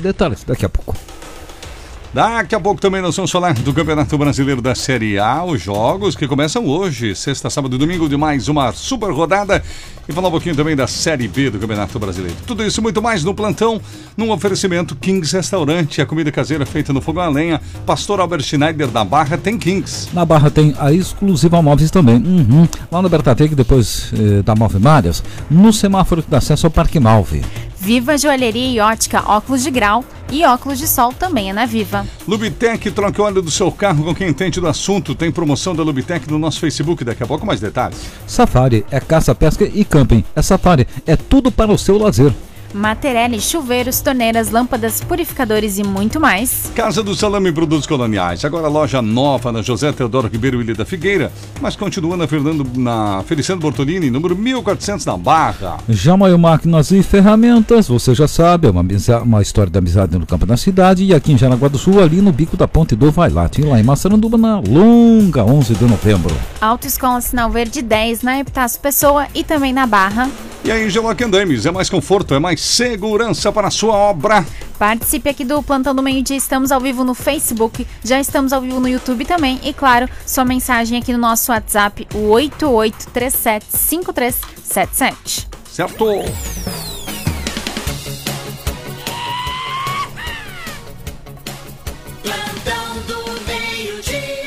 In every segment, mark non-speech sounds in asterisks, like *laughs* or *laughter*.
Detalhes daqui a pouco. Daqui a pouco também nós vamos falar do Campeonato Brasileiro da Série A, os jogos que começam hoje, sexta, sábado e domingo, de mais uma super rodada. E falar um pouquinho também da Série B do Campeonato Brasileiro. Tudo isso e muito mais no plantão, num oferecimento Kings Restaurante. A comida caseira feita no fogão a lenha. Pastor Albert Schneider da Barra tem Kings. Na Barra tem a exclusiva Móveis também. Uhum. Lá no Bertatec, depois eh, da Móvel Malhas, no semáforo que dá acesso ao Parque Malve. Viva Joalheria e Ótica Óculos de Grau e Óculos de Sol também é na Viva. Lubitec, troque o óleo do seu carro com quem entende do assunto. Tem promoção da Lubitec no nosso Facebook. Daqui a pouco mais detalhes. Safari é caça, pesca e camping. É Safari, é tudo para o seu lazer. Materelli, chuveiros, torneiras, lâmpadas, purificadores e muito mais. Casa do Salame e Produtos Coloniais. Agora loja nova na José Teodoro Ribeiro Ilha da Figueira, mas continua na, Fernando, na Feliciano Bortolini, número 1400 na Barra. Jamaio Máquinas e Ferramentas, você já sabe, é uma, amizade- uma história da amizade no campo da cidade e aqui em Jaraguá do Sul, ali no bico da ponte do Vailate, e lá em Massaranduba, na longa 11 de novembro. Autoescola Sinal Verde 10 na Epitácio Pessoa e também na Barra. E aí, Gelac Andames, é mais conforto, é mais segurança para a sua obra. Participe aqui do Plantão do Meio Dia, estamos ao vivo no Facebook, já estamos ao vivo no YouTube também e claro, sua mensagem aqui no nosso WhatsApp, o 88375377. Certo? Plantão do meio-dia.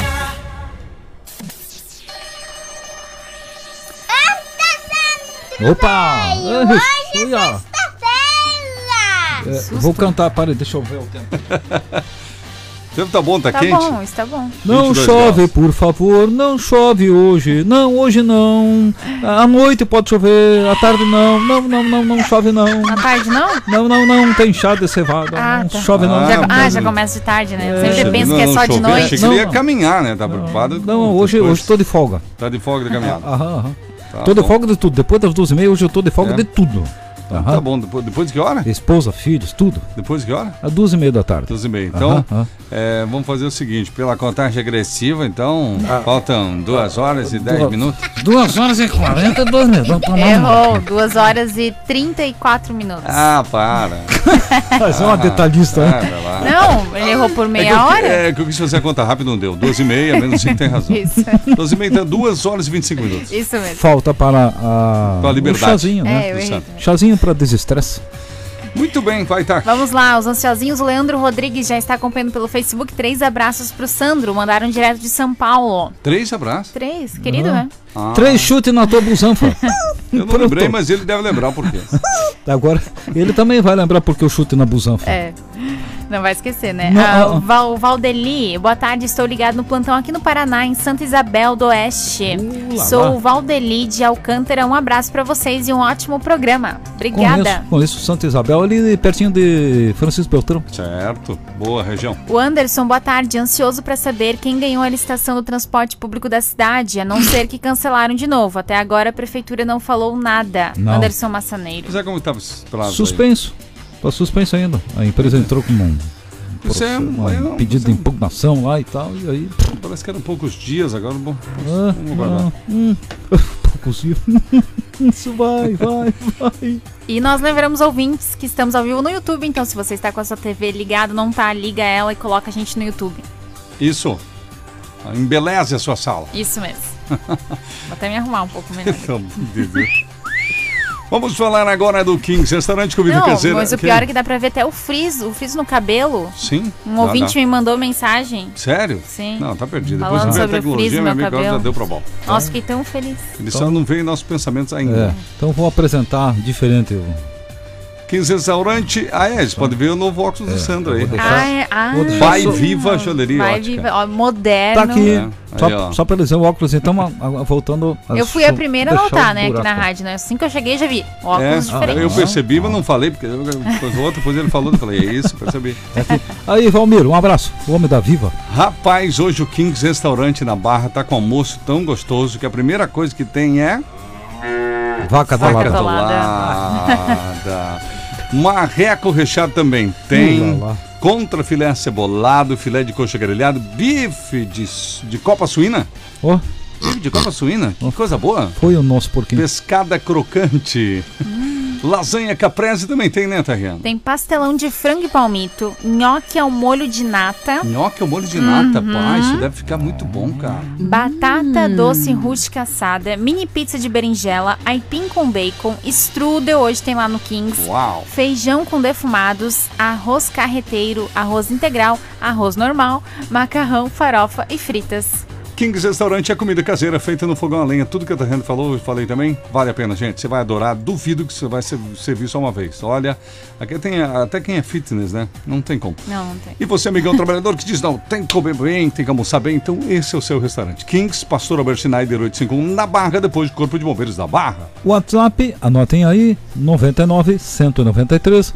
Opa! Ai, fui, ó. Sexta-feira! É, vou cantar, para, deixa eu ver o tempo. O tempo tá bom, tá, Tá quente? bom, está bom. Não 22 chove, graus. por favor, não chove hoje. Não, hoje não. À noite pode chover, à tarde não. Não, não, não, não chove não. Na Tá tarde não? Não, não, não, tem chá de cevada. Ah, não tá. chove não. Ah, Já- ah, mas- já começa de tarde, né? Eu É. sempre penso que é só de chover, noite. Achei que ele ia Não. caminhar, né? Tá preocupado? Não, hoje, Depois- hoje tô Ah, de folga. Tá de folga de caminhada. Aham, aham. Tá tô de bom. folga de tudo. Depois das duas e meia, hoje eu tô de folga É? de tudo. Aham. Tá bom, depois, depois de que hora? Esposa, filhos, tudo. Depois de que hora? Às duas e meia da tarde. 12 e meia. Então, Aham, aham. é, vamos fazer o seguinte, pela contagem agressiva, então, faltam duas horas e 10 Ah. Duas- minutos. Duas horas e quarenta e dois minutos. Errou, 2 horas e 34 minutos. Ah, *laughs* para. Mas é uma detalhista, Ah, né? vai lá. Não, ele errou por É que meia eu- hora? É que eu quis fazer a conta rápida, não deu. 12 e meia, menos 5 tem razão. *laughs* Isso, 12 e meia dá 2 horas e 25 minutos. isso mesmo. Falta para a, Com o a é. liberdade. chazinho, né? É, eu Isso. errei. também. Chazinho para desestresse. Muito bem, vai tá. estar. Vamos lá, os ansiosinhos. O Leandro Rodrigues já está acompanhando pelo Facebook. Três abraços pro Sandro. Mandaram direto de São Paulo. Três abraços. Três, querido, Ah. né? Ah, Três chutes na tua busanfa. Eu não Pronto. lembrei, mas ele deve lembrar por quê. *laughs* Agora, ele também vai lembrar porque eu chute na busanfa. É. Não vai esquecer, né? Não, Ah, ah, ah. o Val, Valdeli, boa tarde. Estou ligado no plantão aqui no Paraná, em Santa Isabel do Oeste. Uh, lá, Sou lá. o Valdeli de Alcântara. Um abraço pra vocês e um ótimo programa. Obrigada. Conheço, conheço Santa Isabel, ali pertinho de Francisco Beltrão. Certo. Boa região. O Anderson, boa tarde. Ansioso para saber quem ganhou a licitação do transporte público da cidade, a não ser que cancelaram de novo. Até agora a prefeitura não falou nada. Não. Anderson Massaneiro. Mas é como estava esse prazo aí? Suspenso. Tá suspenso ainda. A empresa entrou com um, Isso é, um é um- pedido de isso impugnação lá e tal, e aí. é- Parece que eram poucos dias agora. Bom, Ah, vamos guardar. ah, hum, *laughs* consigo. *laughs* Isso vai, vai, vai. E nós lembramos ouvintes que estamos ao vivo no YouTube, então se você está com a sua TV ligada, não tá, liga ela e coloca a gente no YouTube. Isso. Embeleze a sua sala. *laughs* Isso mesmo. Vou até me arrumar um pouco *laughs* melhor. Pelo amor de Deus. Vamos falar agora do Kings, restaurante comida Não, caseira. né? mas o que- pior é que dá pra ver até o friso, o friso no cabelo. Sim. Um dá, ouvinte dá. me mandou mensagem. Sério? Sim. Não, tá perdido. Falando Depois de ver sobre a o tecnologia, frizz meu no amigo, já cabelo. deu pra bom. tá. Nossa, fiquei tão feliz. Ele Então. só não veio em nossos pensamentos ainda. É, então vou apresentar diferente. o- 15 Restaurante. Ah, é, eles podem ver o novo óculos do Sandro aí. É. vou deixar. Ah, é, ah, Outro- Vai viva a joalheria Vai ótica. viva, ó, moderno. Tá aqui. É, aí, ó. só, só pra dizer o óculos, então, a- a- voltando. Eu fui a só primeira a deixar notar, o né, aqui na buraco. Ah, rádio, né? Assim que eu cheguei, já vi É, Ah, óculos diferentes. eu percebi, mas não falei, porque eu- eu- o outro depois ele falou, eu falei, é isso, percebi. Aí, Valmir, um abraço. O homem da Viva. Rapaz, hoje o Kings Restaurante na Barra tá com almoço tão gostoso que a primeira coisa que tem é... Vaca da Vaca Lada. Atolada. Marreco recheado também. Tem Olha Hum, lá. contra filé cebolado, filé de coxa grelhado, bife de, s- de copa suína. Ó, Bife de copa suína? Que coisa boa. foi o nosso porquinho. Pescada crocante. Lasanha caprese também tem, né, Tariana? Tem pastelão de frango e palmito, nhoque ao molho de nata, Nhoque, o molho de nata, pai, isso deve ficar muito bom, cara. batata Hum. doce rústica assada, mini pizza de berinjela, aipim com bacon, strudel hoje tem lá no Kings, Uau! feijão com defumados, arroz carreteiro, arroz integral, arroz normal, macarrão, farofa e fritas. Kings Restaurante é comida caseira feita no fogão a lenha. Tudo que a Tariana falou, eu falei também, vale a pena, gente. Você vai adorar. Duvido que você vai ser, servir só uma vez. Olha, aqui tem a- até quem é fitness, né? Não tem como. Não, não tem. E você, amigão trabalhador, que diz, não, tem que comer bem, tem que almoçar bem, então esse é o seu restaurante. Kings, Pastor Albert Schneider 851, na Barra, depois do Corpo de Bombeiros da Barra. WhatsApp, anotem aí, 99 193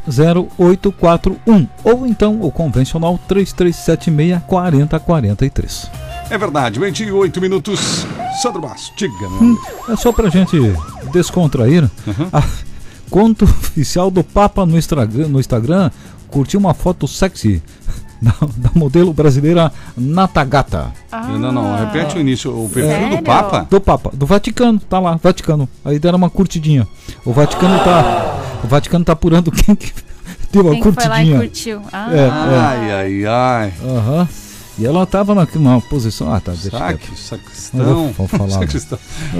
0841. Ou então o convencional 3376 4043. É verdade, 28 minutos. Sandro Basso, diga, meu amigo. É só pra gente descontrair. A *laughs* conta oficial do Papa no Instagram, no Instagram curtiu uma foto sexy *laughs* da, da modelo brasileira Natagata. Não, não, repete o início. O perfil do Sério? Papa? Do Papa, do Vaticano, tá lá, Vaticano. Aí deram uma curtidinha. O Vaticano tá. O Vaticano tá apurando quem que *laughs* deu a Quem que foi lá e curtidinha. curtiu? Ah, É, é. Ai, ai, ai. Aham. E ela tava na, numa posição. Ah, tá, deixa quieto. Saque, Não sacristão. vou falar, *laughs* não. Sacristão.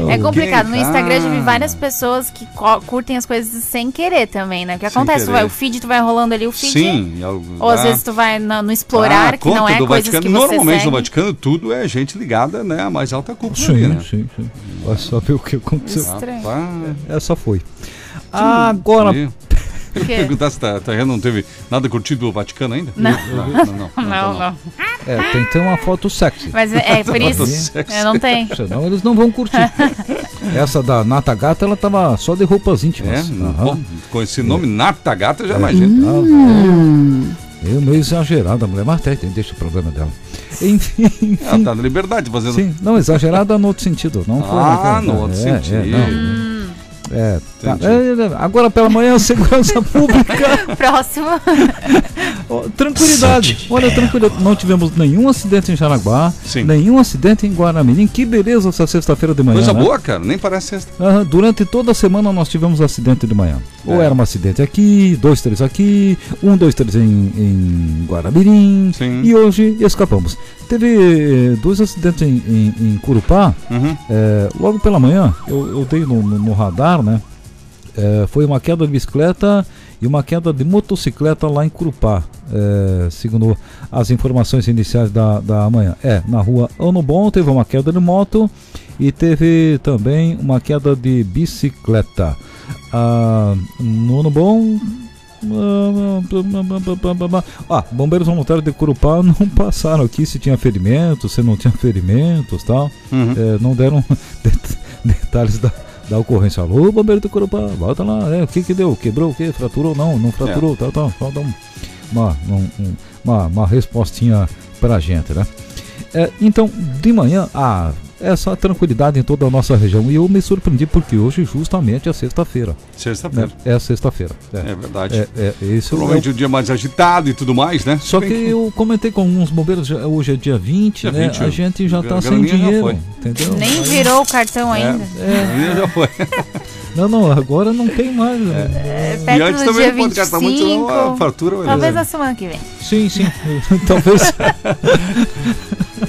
É complicado. No Quem- Instagram eu já vi Ah. várias pessoas que co- curtem as coisas sem querer também, né? Porque Sem acontece, tu querer. vai, o feed, tu vai rolando ali o feed. Sim. e algo- Ou às ah, vezes tu vai na- no, ah, explorar, a que não conta é do coisas Vaticano. que você Normalmente segue. no Vaticano tudo é gente ligada, né? A mais alta cúpula ali, Sim, né? sim, sim. Vai saber o que aconteceu. Estranho. Rapaz, Essa foi. Agora, eu ia quê? perguntar se a Tariana não teve nada curtido do Vaticano ainda? Não, não, não. não, não, Não, não. não. é, tem que ter uma foto sexy. Mas é, é por isso. Fotossexy. Eu não tenho. Senão eles não vão *laughs* curtir. Essa da Nata Gata, ela tava só de roupas É, íntimas. não, Aham. É. Uhum. bom, com esse nome Nata Gata, já imagina. Hum. Meio, É meio exagerada a mulher, mas até tem, deixa o problema dela. Enfim, Ela tá na liberdade fazendo. sim, não, exagerada no outro sentido. Não foi Ah, naquela- no outro é, É, sentido. não, é, tá. Entendi. É, agora pela manhã, *laughs* segurança pública. Próximo. Ó, Tranquilidade, olha, tranquilidade. Não tivemos nenhum acidente em Jaraguá, Sim. nenhum acidente em Guaramirim. Que beleza essa sexta-feira de manhã. Coisa né? boa, cara, nem parece sexta. Aham, durante toda a semana nós tivemos acidente de manhã. Ou É. era um acidente aqui, dois, três aqui, um, dois, três em, em Guaramirim. Sim. E hoje escapamos. Teve eh, dois acidentes em, em- em Curupá. Uhum. eh, logo pela manhã, eu, eu dei no, no- no radar, né? Eh, foi uma queda de bicicleta e uma queda de motocicleta lá em Curupá. eh, segundo as informações iniciais da, da manhã. É, na rua Ano Bom teve uma queda de moto e teve também uma queda de bicicleta. Ah, no Ano Bom. Ah, bombeiros voluntários de Curupá *laughs* não passaram aqui se tinha ferimentos, se não tinha ferimentos tal. Uhum. Eh, não deram *laughs* det- detalhes da, da ocorrência. Alô, bombeiro de Curupá, volta lá. é, o que que deu? Quebrou o que? Fraturou? Não, não fraturou. Tal, tal. Só dá um- uma, um- um- uma, uma respostinha pra gente, né? É, então, de manhã, ah, é só tranquilidade em toda a nossa região. E eu me surpreendi porque hoje justamente é sexta-feira. Né? Sexta-feira. É sexta-feira. É verdade. É, é, esse é o- Provavelmente o dia mais agitado e tudo mais, né? Só Bem que eu comentei com alguns bombeiros, já- hoje é dia 20, Dia né? 20, a gente já um. a tá sem graninha já dinheiro, foi. entendeu? Nem virou o cartão ainda. Aí um já foi. Não, não, agora não tem mais. né? É. E Perto antes do também dia não pode gastar 25. muito, senão a fartura vai Talvez dar. na semana que vem. Sim, sim. *laughs* Talvez. *laughs* É.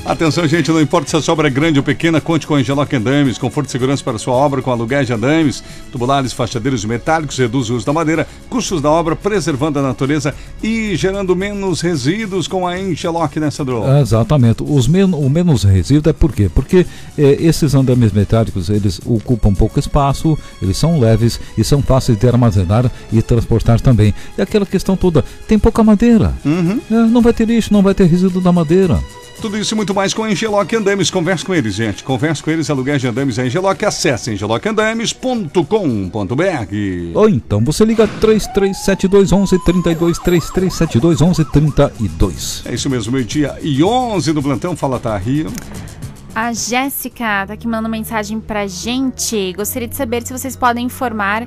Atenção, gente, não importa se a sua obra é grande ou pequena, conte com a Engeloc Andames. Conforto e segurança para a sua obra com aluguéis de andames, tubulares, fachadeiros e metálicos, reduz o uso da madeira, custos da obra, preservando a natureza e gerando menos resíduos com a Engeloc, né, Sandro? Ah, Exatamente. Os men o menos resíduo é por quê? Porque eh, esses andames metálicos, eles ocupam pouco espaço, eles são leves e são fáceis de armazenar e transportar também. E aquela questão toda, tem pouca madeira. Uhum. É, não vai ter lixo, não vai ter resíduo da madeira. Tudo isso e muito mais com a Engeloc Andames. Converse com eles, gente. Converse com eles, aluguéis de andames da Engeloc. Acesse engelocandames.com.br. Ou então você liga 33721132, 33721132. É isso mesmo, meio-dia e 11 do plantão. Fala, tá, Rio. A Jéssica tá aqui mandando mensagem pra gente. Gostaria de saber se vocês podem informar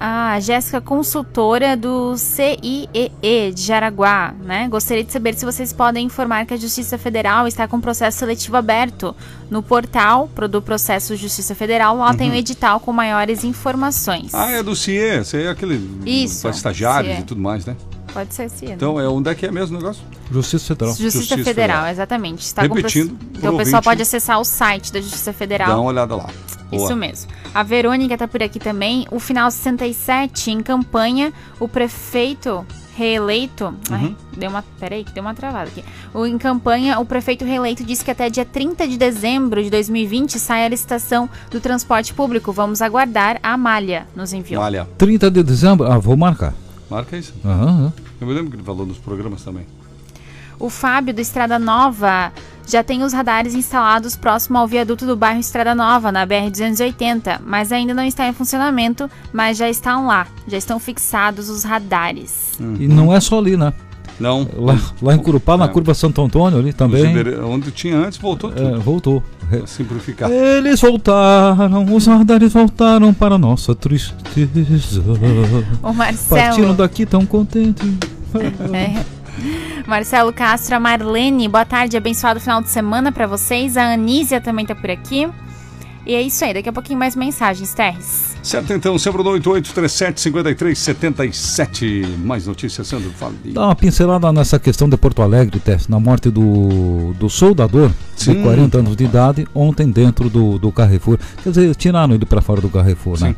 A Jéssica, consultora do CIEE de Jaraguá, né? Gostaria de saber se vocês podem informar que a Justiça Federal está com processo seletivo aberto no portal pro- do processo Justiça Federal. Lá tem o edital com maiores informações. Uhum. Ah, é do CIE, você é aquele Isso, para estagiários CIE. e tudo mais, né? Pode ser assim. né? Então, é onde é que é mesmo o negócio? Justiça Federal. Justiça, Justiça Federal, Federal. exatamente. Está com proce- Repetindo, pro Então o pessoal ouvinte. pode acessar o site da Justiça Federal. Dá uma olhada lá. Isso mesmo. A Verônica tá por aqui também. O final 67, em campanha, o prefeito reeleito. Ai, deu uma. Peraí, que deu uma travada aqui. O, em campanha, o prefeito reeleito disse que até dia 30 de dezembro de 2020 sai a licitação do transporte público. Vamos aguardar a malha, nos enviou. Olha, 30 de dezembro. Ah, vou marcar. marca isso. Aham, aham. Eu me lembro que ele falou nos programas também. O Fábio do Estrada Nova já tem os radares instalados próximo ao viaduto do bairro Estrada Nova, na BR-280, mas ainda não está em funcionamento, mas já estão lá, já estão fixados os radares. E não é só ali, né? Não. Lá, lá em Curupá, na Uhum. É. curva Santo Antônio ali os também. endere- Onde tinha antes, voltou É, tudo. voltou. Pra Simplificar. Eles voltaram, os radares voltaram para nossa tristeza. O Partindo Marcelo, *laughs* daqui tão contente. é. Marcelo Castro, a Marlene, boa tarde, abençoado final de semana para vocês. A Anísia também tá por aqui. E é isso aí, daqui a pouquinho mais mensagens, Terres. Certo, então, sempre no 8837-5377. Mais notícias, Sandro, fale. Dá uma pincelada nessa questão de Porto Alegre, Tess, na morte do, do soldador Sim. de 40 anos de idade, ontem dentro do, do Carrefour. Quer dizer, tiraram ele para fora do Carrefour, né?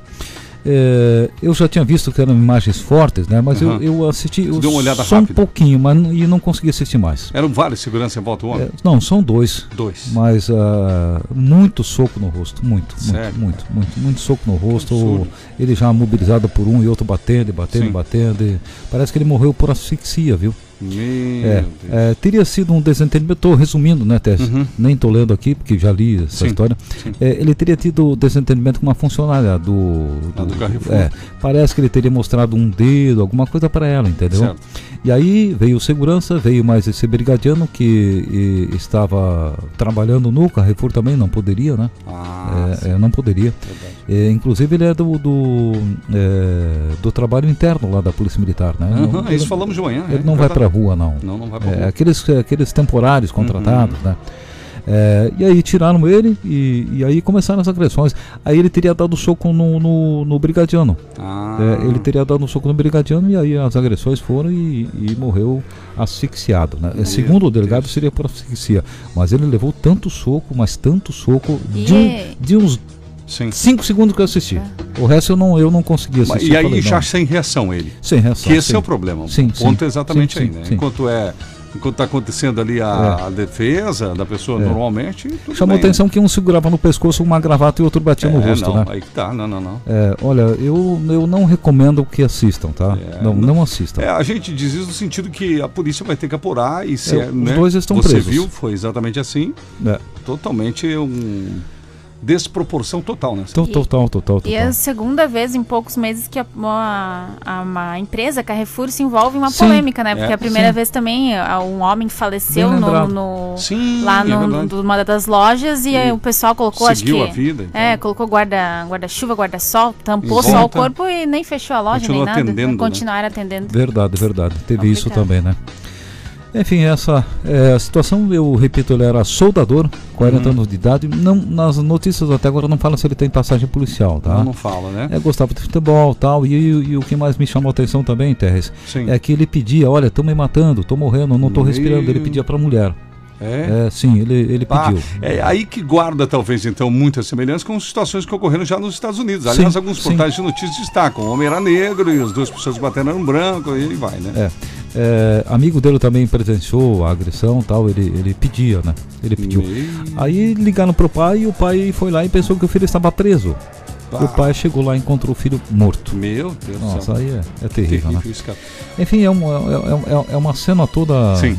É, eu já tinha visto que eram imagens fortes, né? Mas Aham. eu, eu assisti eu deu uma olhada só rápida. um pouquinho mas, n- e não consegui assistir mais. Eram vários seguranças em volta do homem? É, não, são dois. Dois. Mas ah, muito soco no rosto, muito, Sério? muito, muito, muito, muito soco no rosto. absurdo. Ele já mobilizado por um e outro batendo, e batendo, e Sim. batendo. e Parece que ele morreu por asfixia, viu? Meu É, Deus. Uhum. é, teria sido um desentendimento, estou resumindo, né, Tess? Nem estou lendo aqui, porque já li essa Sim, história. É, ele teria tido desentendimento com uma funcionária do. Ah, do Carrefour. é, parece que ele teria mostrado um dedo, alguma coisa para ela, entendeu? Certo. E aí veio o segurança, veio mais esse brigadiano que e, estava trabalhando no Carrefour também, não poderia, né? Ah, É, sim, é, não poderia. verdade. É, inclusive ele é do do, é, do trabalho interno lá da Polícia Militar, né? Aham, Não- isso falamos de manhã. ele é não vai pra verdade. rua, não. Não, não vai pra É, rua. aqueles, aqueles temporários contratados, Uhum. né? É, e aí tiraram ele e, e aí começaram as agressões. Aí ele teria dado soco no, no, no brigadiano. Ah, É, ele teria dado um soco no brigadiano e aí as agressões foram e, e morreu asfixiado. né? Segundo o delegado, seria por asfixia. Mas ele levou tanto soco, mas tanto soco, de, um- de uns sim. 5 segundos que eu assisti. O resto eu não, eu não consegui Mas- assistir. E eu aí falei, já não, sem reação ele. sem reação. Que esse sim. assim. é o problema. Sim, o ponto sim. é exatamente Sim, aí, sim, né? sim. É. Enquanto é. Enquanto está acontecendo ali a, a defesa da pessoa normalmente. tudo Chamou bem, atenção que um segurava no pescoço uma gravata e outro batia né? no É, rosto, não, né? Aí que tá, não, não, não. É, olha, eu, eu não recomendo que assistam, tá? É, não, não- não assistam. É, a gente diz isso no sentido que a polícia vai ter que apurar e se É, é, os né, dois estão você presos. viu, foi exatamente assim, É, totalmente um desproporção total, né? to- então, Total, total, total. E é a segunda vez em poucos meses que a, a- a- uma empresa, Carrefour, se envolve em uma Sim. polêmica, né? Porque É, a primeira sim. vez também a- um homem faleceu Bem no, lembrado. no- Sim, lá é no- verdade. numa das lojas e, aí o pessoal colocou, acho que. Seguiu a vida, então. É, colocou guarda- guarda-chuva, guarda-sol, tampou Volta. só o corpo e nem fechou a loja, Continuou nem nada. atendendo, né? Continuaram atendendo. Verdade, verdade. Teve Complicado. isso também, né? Enfim, essa é a situação, eu repito, ele era soldador, 40 Uhum. anos de idade. Não, nas notícias até agora não fala se ele tem passagem policial, tá? Não, não fala, né? É, gostava de futebol tal. E, e- e o que mais me chamou a atenção também, Terres, Sim. é que ele pedia, olha, estão me matando, tô morrendo, não tô Meu- respirando. Ele pedia pra mulher. É. É, sim, ele, ele Pá, pediu. é aí que guarda, talvez, então, muita semelhança com situações que ocorreram já nos Estados Unidos. Aliás, Sim, alguns sim. portais de notícias destacam: o homem era negro e as duas pessoas batendo no branco, e aí vai, né? É, é, amigo dele também presenciou a agressão tal, ele, ele pedia, né? Ele pediu. Ah, Meu- Aí ligaram pro pai e o pai foi lá e pensou que o filho estava preso. Ah. O pai chegou lá e encontrou o filho morto. Meu Deus do Nossa, céu. aí é, é terrível, né? Terrível isso, cara. Enfim, é, um, é, é- é uma cena toda Sim.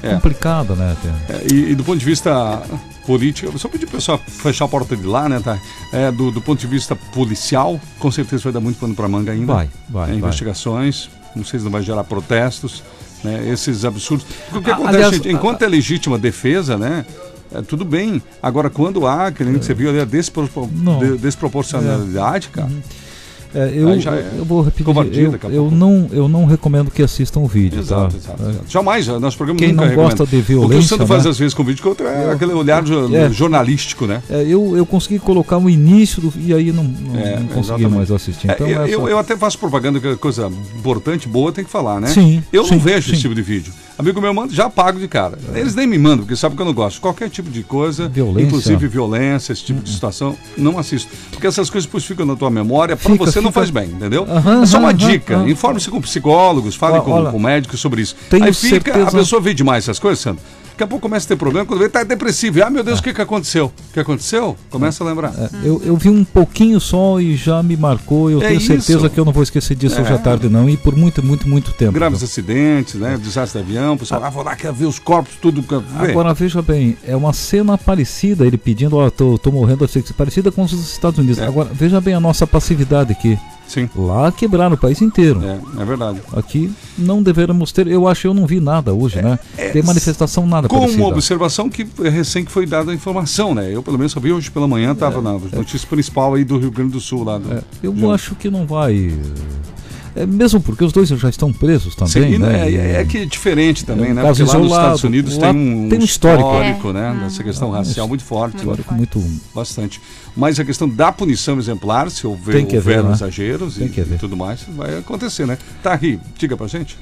É. complicada, né? até. É, E, e do ponto de vista político, eu só pedir pro pessoal fechar a porta de lá, né, tá? É, do, do ponto de vista policial, com certeza vai dar muito pano pra manga ainda. Vai, vai, É, vai. investigações, não sei se não vai gerar protestos, né, esses absurdos. Porque o que A- acontece, aliás, gente, enquanto é legítima defesa, né? é tudo bem. Agora, quando há, que nem que você viu ali, a despropor- Não. de- desproporcionalidade, cara. É, eu, Aí já é eu vou repetir, covardia eu, daqui a eu pouco. não, eu não recomendo que assistam o vídeo, Exato, tá? exato, É, exato. Jamais, eh, nosso programa Quem nunca não recomenda. gosta de O que o violência, Santo faz né? às vezes com o vídeo contra é aquele olhar jo- É. jornalístico, né? É, eu, eu consegui colocar o início do, e aí não, não, É, não consegui exatamente. mais assistir. É, Então, eu, é só- eu- eu até faço propaganda, que é coisa importante, boa, tem que falar, né? Sim, Eu não sim, vejo esse sim. É. tipo de vídeo. Amigo meu manda, já pago de cara. Eles nem me mandam, porque sabem que eu não gosto. Qualquer tipo de coisa, Violência. inclusive violência, esse tipo de situação, não assisto. Porque essas coisas pois, ficam na tua memória, pra Fica, você não fica. faz bem, entendeu? Aham, é só uma aham, dica. aham. Informe-se com psicólogos, fale Ó, com, olha, com médicos sobre isso. tenho Aí fica, a certeza- pessoa vê demais essas coisas, Sandro. Daqui a pouco começa a ter problema, quando vê, tá depressivo. Ah, meu Deus, o que, que aconteceu? O que aconteceu? Começa a lembrar. É, eu, eu vi um pouquinho só e já me marcou. Eu É tenho isso. certeza que eu não vou esquecer disso hoje É. à tarde, não. E por muito, muito, muito tempo. graves viu? acidentes, né? Desastre de avião, o pessoal lá, vou lá, quer ver os corpos, tudo. Quer ver. Agora veja bem, é uma cena parecida, ele pedindo, ó, tô, tô morrendo, eu sei que- é parecida com os dos Estados Unidos. É. Agora, veja bem a nossa passividade aqui. Sim, Lá quebraram o país inteiro. é, é verdade. Aqui não deveríamos ter. Eu acho que eu não vi nada hoje, né? Tem manifestação nada É. Com uma parecida. observação que é recém que foi dada a informação, né? Eu pelo menos só vi hoje pela manhã, estava na notícia principal aí do Rio Grande do Sul, lá do, É, eu de- acho que não vai. É, mesmo porque os dois já estão presos Sim, também, e, né? né, é, é que é diferente também, É um né? Porque caso lá nos isolado, Estados Unidos lá tem um, tem um histórico. né? Dessa questão racial muito forte. lá. Histórico muito. Bastante. Mas a questão da punição exemplar, se houver, Tem que haver, houver né? exageros e, Tem que haver. e tudo mais, vai acontecer, né? Tá, Ri, diga pra gente.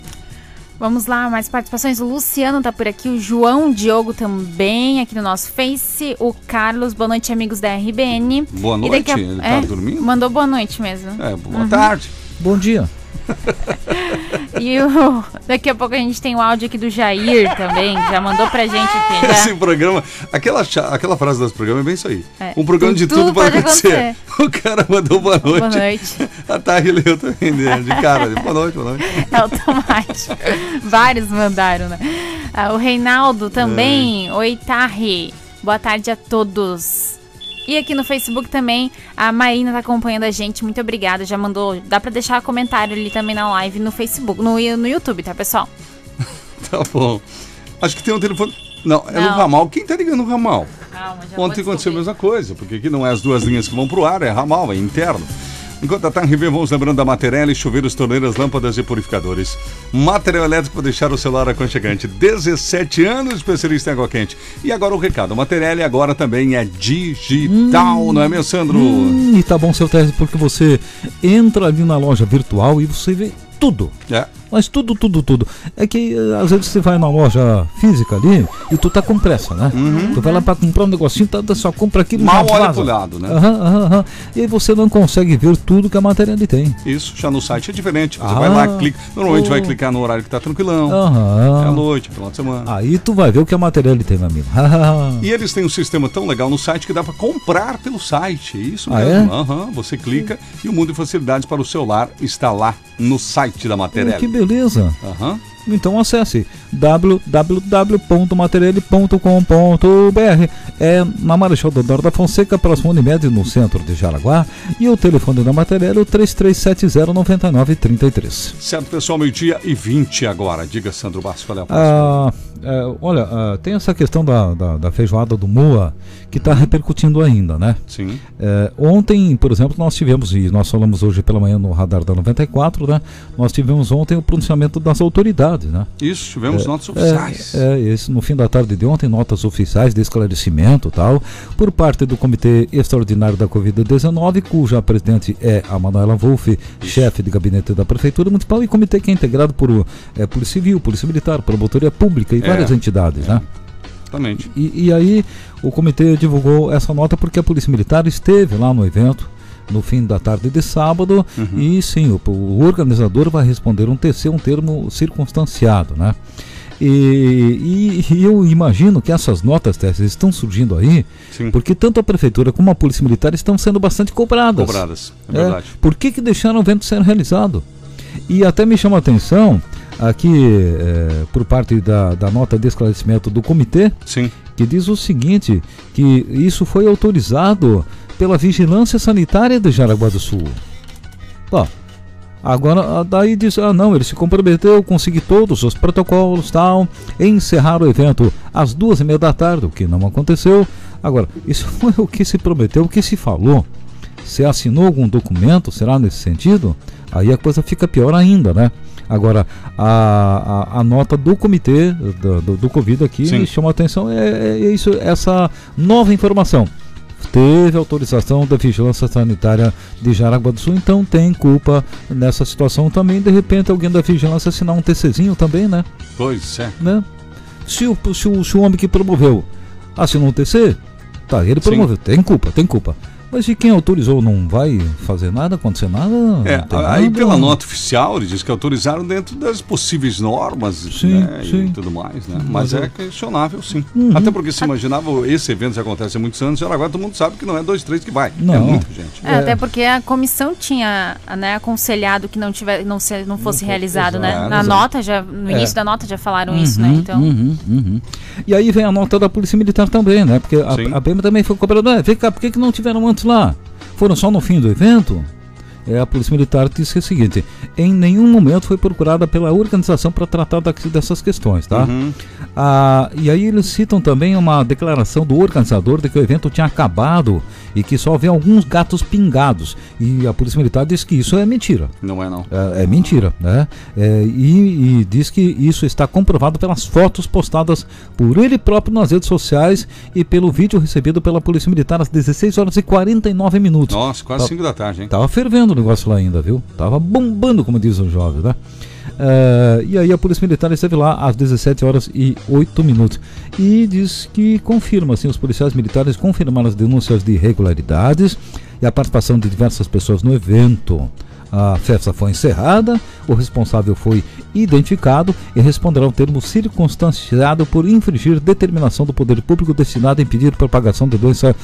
Vamos lá, mais participações. O Luciano tá por aqui, o João Diogo também aqui no nosso Face, o Carlos, boa noite, amigos da RBN. Boa E daqui é? noite, ele tá dormindo? Mandou boa noite mesmo. É, boa tarde. Bom dia. E o- *laughs* daqui a pouco a gente tem o áudio aqui do Jair também, que já mandou pra gente aqui. né? Esse Já. programa, aquela, cha- aquela frase desse programa é bem isso aí. É. Um programa de tudo, pode acontecer. O cara mandou boa noite. Boa noite. *laughs* A Tari leu também né, de cara. Boa noite, boa *laughs* noite. É automático. Vários mandaram, né? Ah, o Reinaldo também. Oi, Tarri. Boa tarde a todos. E aqui no Facebook também, a Marina tá acompanhando a gente. Muito obrigada. Já mandou. Dá pra deixar comentário ali também na live no Facebook, no, no YouTube, tá, pessoal? Tá bom. Acho que tem um telefone. Não, é no Não. ramal. Quem tá ligando no ramal? Calma, já Ontem aconteceu a mesma coisa, porque aqui não é as duas linhas que vão pro ar, é ramal, é interno. Enquanto a tarde vem, vamos lembrando da Materelli, chuveiros, torneiras, lâmpadas e purificadores. Material elétrico para deixar o celular aconchegante. 17 anos, especialista em água quente. E agora o recado, a Materelli agora também é digital, não é, meu Sandro? Hum, e tá bom, seu Tese, porque você entra ali na loja virtual e você vê tudo. É. Mas tudo, tudo, tudo. É que eh, às vezes você vai na loja física ali e tu tá com pressa, né? Tu vai lá pra comprar um negocinho, tá, tu só compra aquilo e Uhum. Mal já olha vaza. pro lado, né? Aham, aham, aham. E aí você não consegue ver tudo que a matéria ali tem. Isso, já no site é diferente. Você Ah. vai lá, clica. Normalmente Oh. Ah. vai clicar no horário que tá tranquilão. É à Aham. noite, final de semana. Aí tu vai ver o que a matéria ali tem, meu amigo. *laughs* Hahaha. E eles têm um sistema tão legal no site que dá para comprar pelo site. é Isso Ah, mesmo. é? Aham, você clica e o mundo de facilidades para o celular está lá no site da matéria. que beleza. Aham. Então acesse www.materiale.com.br É na Marechal Deodoro da Fonseca, próximo Unimed, no centro de Jaraguá. E o telefone da Materiale é o 33709933. Certo, pessoal, meio-dia e 20 agora. Diga, Sandro Basco, qual é a próxima? Ah, é, olha, ah, tem essa questão da, da, da feijoada do Moa que está repercutindo ainda, né? Sim. É, ontem, por exemplo, nós tivemos, e nós falamos hoje pela manhã no Radar da 94, né? Nós tivemos ontem o pronunciamento das autoridades, né? Isso, tivemos notas oficiais. É, é, esse, no fim da tarde de ontem, notas oficiais de esclarecimento e tal, por parte do Comitê Extraordinário da Covid-19, cuja presidente é a Manuela Wolff, chefe de gabinete da Prefeitura Municipal, e comitê que é integrado por é, Polícia Civil, Polícia Militar, Promotoria Pública e É, várias entidades, né? Exatamente. E, e aí o comitê divulgou essa nota porque a Polícia Militar esteve lá no evento no fim da tarde de sábado Uhum. e sim, o, o organizador vai responder um TC, um termo circunstanciado, né? E, e- e eu imagino que essas notas Tess, estão surgindo aí Sim. porque tanto a prefeitura como a polícia militar estão sendo bastante cobradas. Cobradas, é É, verdade. por que, que deixaram o evento ser realizado? E até me chama a atenção aqui eh, por parte da, da nota de esclarecimento do comitê Sim. que diz o seguinte, que isso foi autorizado pela Vigilância Sanitária de Jaraguá do Sul. Bom, agora ah, daí diz, ah não, ele se comprometeu, conseguir todos os protocolos tal, e encerrar o evento às duas e *laughs* meia da tarde, o que não aconteceu. Agora, isso foi o que se prometeu, o que se falou. Você assinou algum documento? Será nesse sentido? Aí a coisa fica pior ainda, né? Agora, a, a, a nota do comitê do, do, do Covid aqui Sim. me chama a atenção, é, é isso, essa nova informação. Teve autorização da Vigilância Sanitária de Jaraguá do Sul, então tem culpa nessa situação também. De repente, alguém da Vigilância assinar um TCzinho também, né? Pois é. né? Se o, se o, se o homem que promoveu assinou um TC, tá, ele Sim. promoveu, tem culpa, tem culpa. Mas e quem autorizou não vai fazer nada, acontecer nada? É, não tem aí nada? pela nota oficial, ele diz que autorizaram dentro das possíveis normas Sim, né, e sim. Uhum. tudo mais, né? Mas Mas Uhum. é eu- questionável, sim. Até porque se imaginava, esse evento já acontece há muitos anos, agora todo mundo sabe que não é dois, três que vai. É Não. muita gente. É, Até porque a comissão tinha né, aconselhado que não, tiver, não, se, não fosse realizado, né? exato, Na exato. nota, já, É. no início da nota já falaram isso, né? Então, Uhum, uhum. E aí vem a nota da Polícia Militar também, né? Porque Sim. a, a PM também foi cobrando. É, vem cá, por que, que não tiveram antes lá? Foram só no fim do evento? É, a Polícia Militar disse que é o seguinte: em nenhum momento foi procurada pela organização para tratar da- dessas questões, tá? Uhum. Ah, e aí eles citam também uma declaração do organizador de que o evento tinha acabado e que só havia alguns gatos pingados. E a Polícia Militar diz que isso é mentira. Não é, não. É, é mentira, né? É, e, e diz que isso está comprovado pelas fotos postadas por ele próprio nas redes sociais e pelo vídeo recebido pela Polícia Militar às 16 horas e 49 minutos. Nossa, quase Tá- 5 da tarde, hein? Tava fervendo o negócio lá ainda, viu? Tava bombando, como diz o jovem, né? É, e aí a Polícia Militar esteve lá às 17 horas e 8 minutos e diz que confirma, assim, os policiais militares confirmaram as denúncias de irregularidades e a participação de diversas pessoas no evento. A festa foi encerrada, o responsável foi identificado e responderá ao termo circunstanciado por infringir determinação do poder público destinada a impedir propagação de doença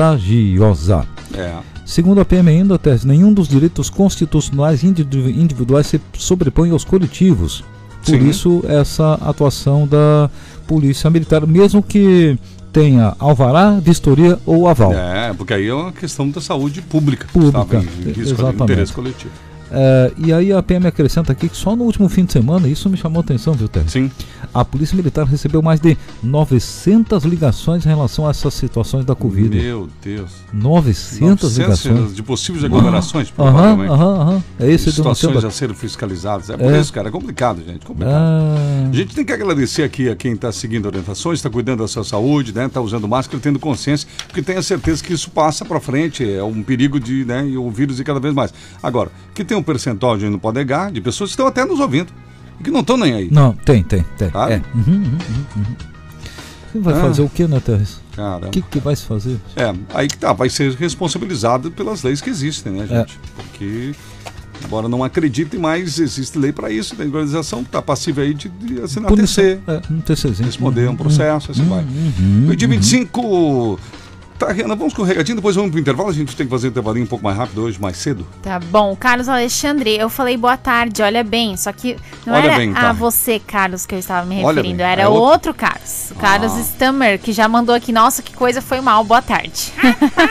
contagiosa. É. Segundo a PM ainda, Tess, nenhum dos direitos constitucionais individu- individuais se sobrepõe aos coletivos. Por Sim. isso, essa atuação da Polícia Militar, mesmo que tenha alvará, vistoria ou aval. É, porque aí é uma questão da saúde pública. Pública, estava em risco ali, exatamente. interesse coletivo. É, e aí a PM acrescenta aqui que só no último fim de semana, isso me chamou a atenção, viu, Tess? Sim, A Polícia Militar recebeu mais de 900 ligações em relação a essas situações da Covid. meu Deus. 900 ligações? de possíveis aglomerações, Aham, provavelmente. aham, aham. É esse Situações denunciando. a serem fiscalizadas. É por É. isso, cara, é complicado, gente. Complicado. Ah, A gente tem que agradecer aqui a quem está seguindo orientações, está cuidando da sua saúde, né? Está usando máscara, tendo consciência, porque tenha certeza que isso passa para frente, é um perigo de, né? E o vírus ir cada vez mais. Agora, que tem um percentual, a gente não pode negar, de pessoas que estão até nos ouvindo e que não estão nem aí. tá? Não, tem, tem, tem. Sabe? É. Uhum, uhum, uhum, uhum. Você vai Ah. fazer o que, né, Terres? Cara, O que, que vai se fazer? é, aí que tá, vai ser responsabilizado pelas leis que existem, né, É. gente? Porque, embora não acreditem mais, existe lei para isso, da organização, tá passível aí de, de assinar TC, É, um TCzinho. responder um Uhum, processo, assim vai. uhum, Meio dia 25. Tá, Rihanna, vamos com o recadinho, depois vamos pro intervalo. A gente tem que fazer o intervalinho um pouco mais rápido hoje, mais cedo. tá bom. Carlos Alexandre, eu falei boa tarde, olha bem. Só que não Olha era bem, tá. a você, Carlos, que eu estava me Olha referindo. bem, Era é outro. outro. Carlos. O Carlos Ah. Stammer, que já mandou aqui. Nossa, que coisa foi mal, boa tarde. *laughs*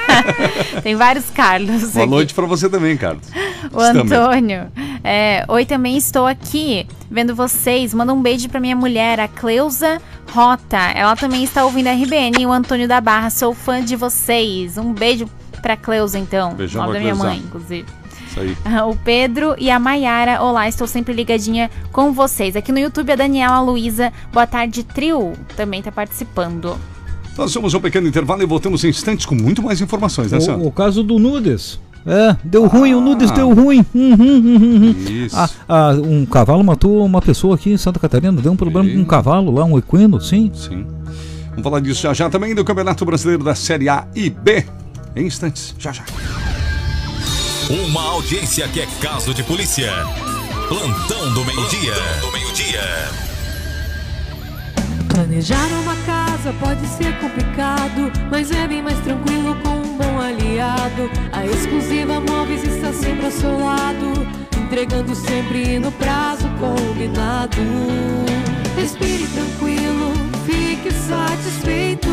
Tem vários Carlos Boa aqui. noite pra você também, Carlos. *laughs* O Antônio. É, Oi, também estou aqui vendo vocês. Manda um beijo pra minha mulher, a Cleusa Rota. Ela também está ouvindo a RBN e o Antônio da Barra. Sou fã de vocês. Um beijo pra Cleusa, então. Beijão pra Nome da minha Cleusa. mãe, inclusive. *laughs* Isso aí. O Pedro e a Maiara. Olá, estou sempre ligadinha com vocês. Aqui no YouTube, a Daniela Luiza. Boa tarde, trio. Também tá participando. Nós somos um pequeno intervalo e voltamos em instantes com muito mais informações, né, O, Sandro? o caso do Nudes. É, deu ruim, o Nudes deu ruim. Uhum, uhum, uhum. Ah. Isso. Ah, ah, um cavalo matou uma pessoa aqui em Santa Catarina. Deu um problema com um Eita. cavalo lá, um equino, sim. Sim. Vamos falar disso já já também do Campeonato Brasileiro da Série A e B. Em instantes, já já. Uma audiência que é caso de polícia. Plantão do meio-dia. do meio-dia. Planejar uma casa pode ser complicado, mas é bem mais tranquilo com um bom aliado. A exclusiva móveis está sempre ao seu lado, entregando sempre no prazo combinado. Respire tranquilo, fique satisfeito.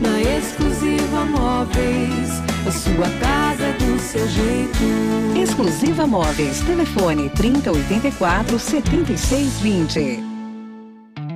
Na exclusiva móveis, a sua casa é do seu jeito. Exclusiva Móveis. Telefone 3084 7620.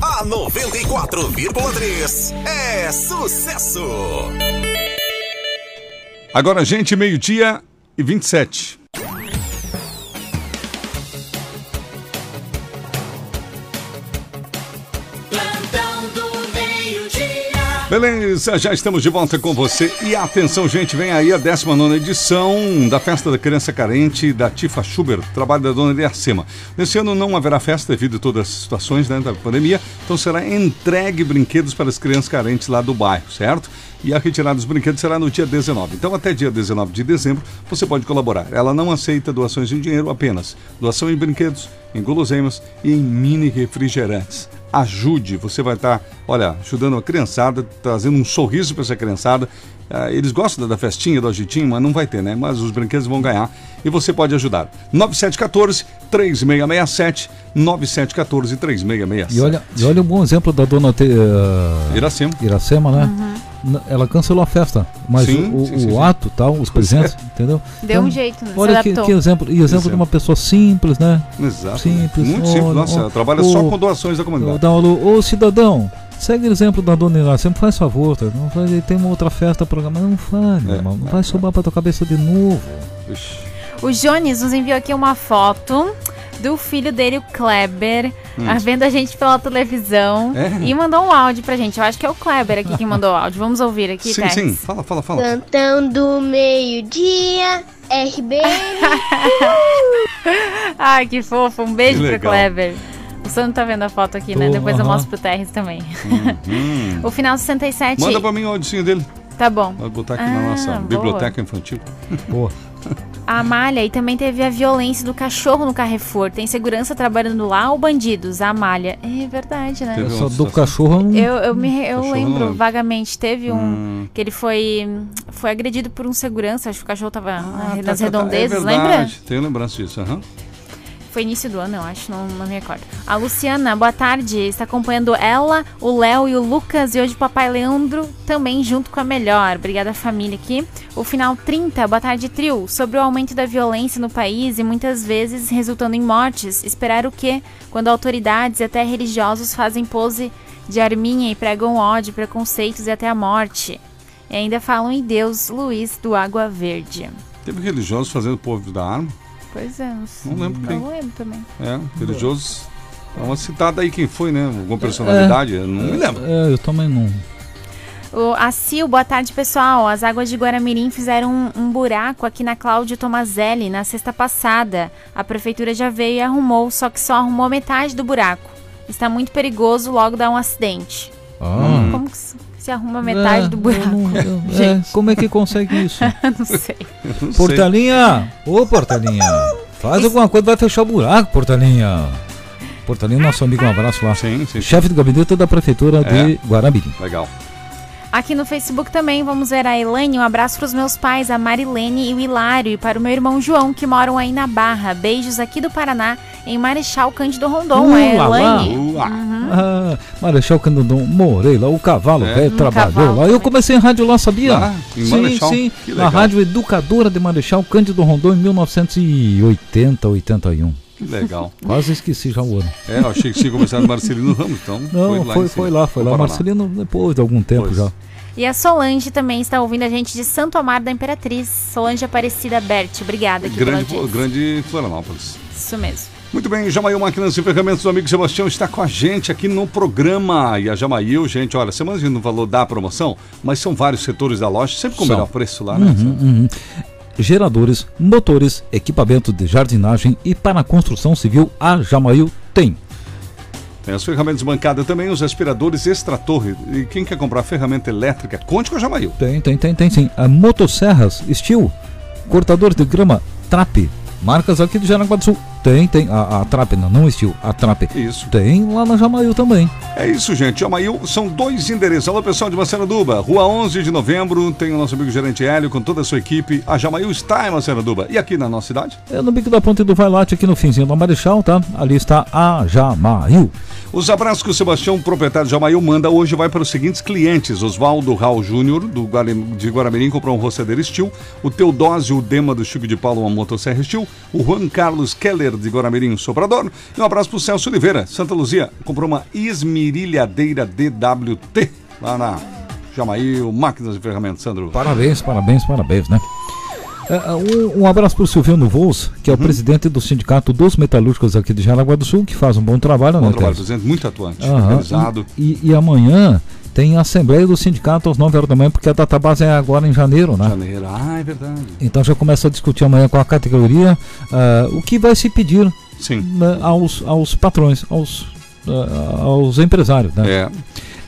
a 94,3 é sucesso. Agora, gente, meio-dia e 27. Plantão do meio-dia. Beleza, já estamos de volta com você. E atenção, gente, vem aí a 19 edição da Festa da Criança Carente da Tifa Schubert, trabalho da dona Iracema. Nesse ano não haverá festa devido a todas as situações né, da pandemia, então será entregue brinquedos para as crianças carentes lá do bairro, certo? E a retirada dos brinquedos será no dia 19. Então, até dia 19 de dezembro, você pode colaborar. Ela não aceita doações em dinheiro apenas, doação em brinquedos, em guloseimas e em mini refrigerantes ajude. Você vai estar, olha, ajudando a criançada, trazendo um sorriso para essa criançada. Ah, Eles gostam da- da festinha, do agitinho, mas não vai ter, né? Mas os brinquedos vão ganhar e você pode ajudar. 9714-3667, 9714-3667. E olha, e olha um bom exemplo da dona Te, eh, Iracema. Iracema, né? Uhum. N- Ela cancelou a festa, mas Sim, o, o- sim, sim, é. o sim. ato, tal, os presentes, entendeu? Então, Deu um jeito, né? Se Olha que, adaptou. que exemplo, e exemplo de é. uma pessoa simples, né? Exato. Simples, Muito ó, simples. Nossa, ó, ela trabalha ó, só com doações da Eu comunidade. dá uma lu- Ô cidadão, segue o exemplo da dona Iracema, faz favor, tá? não faz, tem uma outra festa programada, não faz, meu É, irmão, não vai sobrar pra tua cabeça de novo. Ixi. O Jones nos enviou aqui uma foto do filho dele, o Kleber, ah, vendo a gente pela televisão É? e mandou um áudio pra gente. Eu acho que é o Kleber aqui que mandou o áudio. Vamos ouvir aqui, né? Sim, Tex. sim. Fala, fala, fala. Plantão do meio-dia, RBN. Ai, que fofo. Um beijo Que pro legal. Kleber. O Sandro tá vendo a foto aqui, né? Tô, Depois eu aham. mostro pro Terres também. Hum. *laughs* O final 67. Manda pra mim o audicinho dele. Tá bom. Vou botar aqui na Ah, nossa boa. biblioteca infantil. Boa. A Amália e também teve a violência do cachorro no Carrefour. Tem segurança trabalhando lá ou bandidos? A Amália. É verdade, né? Teve Só uma do situação. cachorro eu não. Eu, eu, me, re- eu Cachorro não lembro lembro. vagamente, teve um. Hum. Que ele foi, foi agredido por um segurança, acho que o cachorro tava Ah, tá, nas tá, tá. redondezas, é lembra? verdade. Tenho lembrança disso. aham. Foi início do ano, eu acho, não, não me recordo. A Luciana, boa tarde. Está acompanhando ela, o Léo e o Lucas. E hoje o Papai Leandro também junto com a Melhor. Obrigada, família, aqui. O final 30, boa tarde, trio. Sobre o aumento da violência no país e muitas vezes resultando em mortes. Esperar o quê? Quando autoridades e até religiosos fazem pose de arminha e pregam ódio, preconceitos e até a morte. E ainda falam em Deus, Luiz do Água Verde. Teve religiosos fazendo povo da arma. Pois é, não, sei. Não lembro quem. Não lembro também. É, religiosos. É uma citada aí quem foi, né? Alguma personalidade. eu Não me lembro. É, eu também não. O, a Sil, boa tarde pessoal. As águas de Guaramirim fizeram um, um buraco aqui na Cláudio Tomazelli na sexta passada. A prefeitura já veio e arrumou, só que só arrumou metade do buraco. Está muito perigoso, logo dá um acidente. Ah. Como que se, se arruma metade É, do buraco? eu não- eu- é, Gente. como é que consegue *laughs* isso? *laughs* Não sei. Não sei. Portalinha! Ô, Portalinha! Faz alguma coisa, vai fechar o buraco, Portalinha! Portalinha, nosso amigo, um abraço lá. Sim, sim. Chefe do gabinete da Prefeitura É. de Guaramirim. Legal. Aqui no Facebook também vamos ver a Elaine. Um abraço para os meus pais, a Marilene e o Hilário. E para o meu irmão João, que moram aí na Barra. Beijos aqui do Paraná, em Marechal Cândido Rondon. Uh, é lá, lá. Elaine. Uá. Ah, Marechal Candondon Moreira, o cavalo É. velho, Hum, trabalhou cavalo lá. Eu também. comecei em rádio lá, sabia? Lá, em sim, Marechal? sim. Que Na legal. Rádio Educadora de Marechal Cândido Rondon em 1980, 81. Que legal. Quase esqueci já o ano. É, eu achei que tinha começado o Marcelino Ramos, então. Não, em foi, cima. foi lá, foi No lá. Paraná. Marcelino, depois de algum tempo Pois. já. E a Solange também está ouvindo a gente de Santo Amaro da Imperatriz. Solange Aparecida Bert. Obrigada aqui pela Grande, audiência. grande Florianópolis. Isso mesmo. Muito bem, Jamail Máquinas e Ferramentas, o amigo Sebastião está com a gente aqui no programa. E a Jamail, gente, olha, semana a gente não falou da promoção, mas são vários setores da loja, sempre com o São. melhor preço lá, né? Uhum. Geradores, motores, equipamento de jardinagem e para a construção civil, a Jamail tem. Tem as ferramentas bancada também, os aspiradores extratorre. E quem quer comprar ferramenta elétrica, conte com a Jamail. Tem, tem, tem, tem sim. A motosserras, Steel, cortador de grama, Trap, marcas aqui do Jaraguá do Sul, Tem, tem. A, a Trap, não, não Steel, a Trap. Isso. Tem lá na Jamail também. É isso, gente. Amail, são dois endereços. Alô, pessoal de Macenaduba. Rua 11 de novembro, tem o nosso amigo gerente Hélio com toda a sua equipe. A Jamail está em Macenaduba. E aqui na nossa cidade? É no bico da ponte do Vailate, aqui no finzinho da Marechal, tá? Ali está a Jamail. Os abraços que o Sebastião, proprietário de Jamail, manda hoje vai para os seguintes clientes: Oswaldo Raul Júnior, do Guarim- de Guaramirim, comprou um roçadeiro Steel. O Teodósio Dema, do Chico de Paulo, uma motosserra Steel. O Juan Carlos Keller, de Guaramirim, um soprador. E um abraço para o Celso Oliveira, Santa Luzia, comprou uma esmerilhadeira DWT lá na Jamail, máquinas e ferramentas, Sandro. Parabéns, parabéns, parabéns, né? É, Um, um abraço para o Silviano Vols, que é Uhum. o presidente do Sindicato dos Metalúrgicos aqui de Jaraguá do Sul, que faz um bom trabalho, Bom né, trabalho, Tese? presidente, muito atuante, Aham. organizado. E, e- e amanhã tem a Assembleia do Sindicato às 9 horas da manhã, porque a data base é agora em janeiro, né? Janeiro. Ah, é verdade. Então já começa a discutir amanhã com a categoria ah, o que vai se pedir Sim. né, aos, aos patrões, aos, ah, aos empresários, né? É.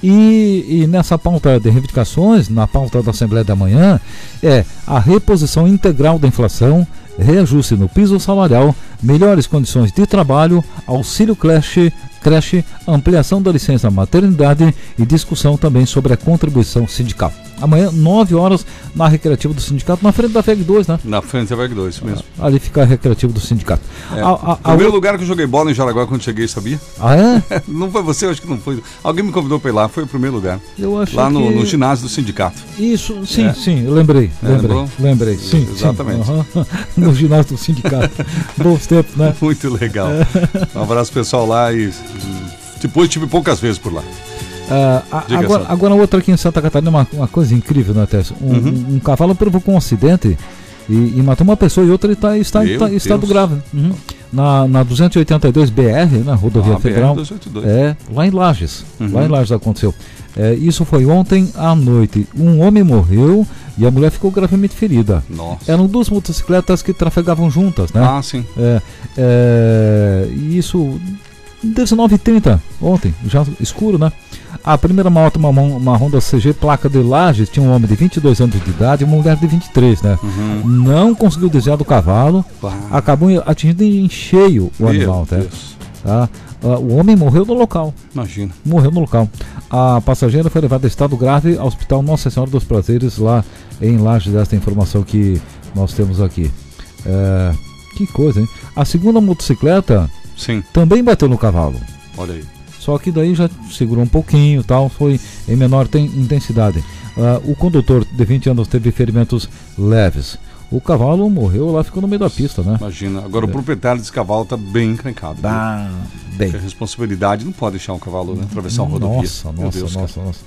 E, e nessa pauta de reivindicações, na pauta da Assembleia da Manhã, é a reposição integral da inflação, reajuste no piso salarial, melhores condições de trabalho, auxílio creche, creche ampliação da licença maternidade e discussão também sobre a contribuição sindical. Amanhã, 9 horas, na Recreativa do Sindicato, na frente da FEG 2, né? Na frente da Berg 2, isso mesmo. Ali fica a Recreativa do Sindicato. É. A- a- a Primeiro outra- lugar que eu joguei bola em Jaraguá quando cheguei, sabia? Ah, é? Não foi você, eu acho que não foi. Alguém me convidou pra ir lá, foi o primeiro lugar. Eu acho Lá no, que... no ginásio do sindicato. *laughs* Isso, sim, É. sim, eu lembrei, É, lembrei, lembrou? lembrei, sim, sim, Exatamente. aham, *laughs* no ginásio do *laughs* sindicato, bons tempos, né? Muito legal. É. Um abraço pro pessoal lá e. Depois tive poucas vezes por lá. Ah, a- Diga, agora, Sandro. agora outra aqui em Santa Catarina, uma, uma coisa incrível, né, Tess? Um, Uhum. um- um cavalo provocou um acidente e, e matou uma pessoa e outra está, está, Meu está em estado Deus. grave, Uhum. na, na 282 BR, na né, rodovia Ah, federal, BR-282. é, lá em Lages, Uhum. lá em Lages aconteceu. É, isso foi ontem à noite, um homem morreu e a mulher ficou gravemente ferida. Nossa. Eram duas motocicletas que trafegavam juntas, né? Ah, sim. É, é, e isso 19h30 ontem, já escuro, né? A primeira moto, uma, mon- uma Honda CG, placa de Lages, tinha um homem de 22 anos de idade e uma mulher de 23, né? Não conseguiu desviar do cavalo, Uhum. Ah, acabou atingindo em cheio o meu animal, tá? Deus. Tá? Ah, O homem morreu no local, Imagina. morreu no local. A passageira foi levada em estado grave ao Hospital Nossa Senhora dos Prazeres, lá em Lages, esta é informação que nós temos aqui. É, que coisa, hein? A segunda motocicleta Sim, também bateu no cavalo. olha aí. Só que daí já segurou um pouquinho tal, foi em menor ten- intensidade. Ah, o condutor de 20 anos teve ferimentos leves. O cavalo morreu lá, ficou no meio da pista, né? Imagina. Agora o proprietário desse cavalo tá bem encrencado. né? Ah, bem. Porque A responsabilidade não pode deixar um cavalo né, atravessar uma rodovia. Nossa, Meu nossa, Deus, cara. nossa, nossa.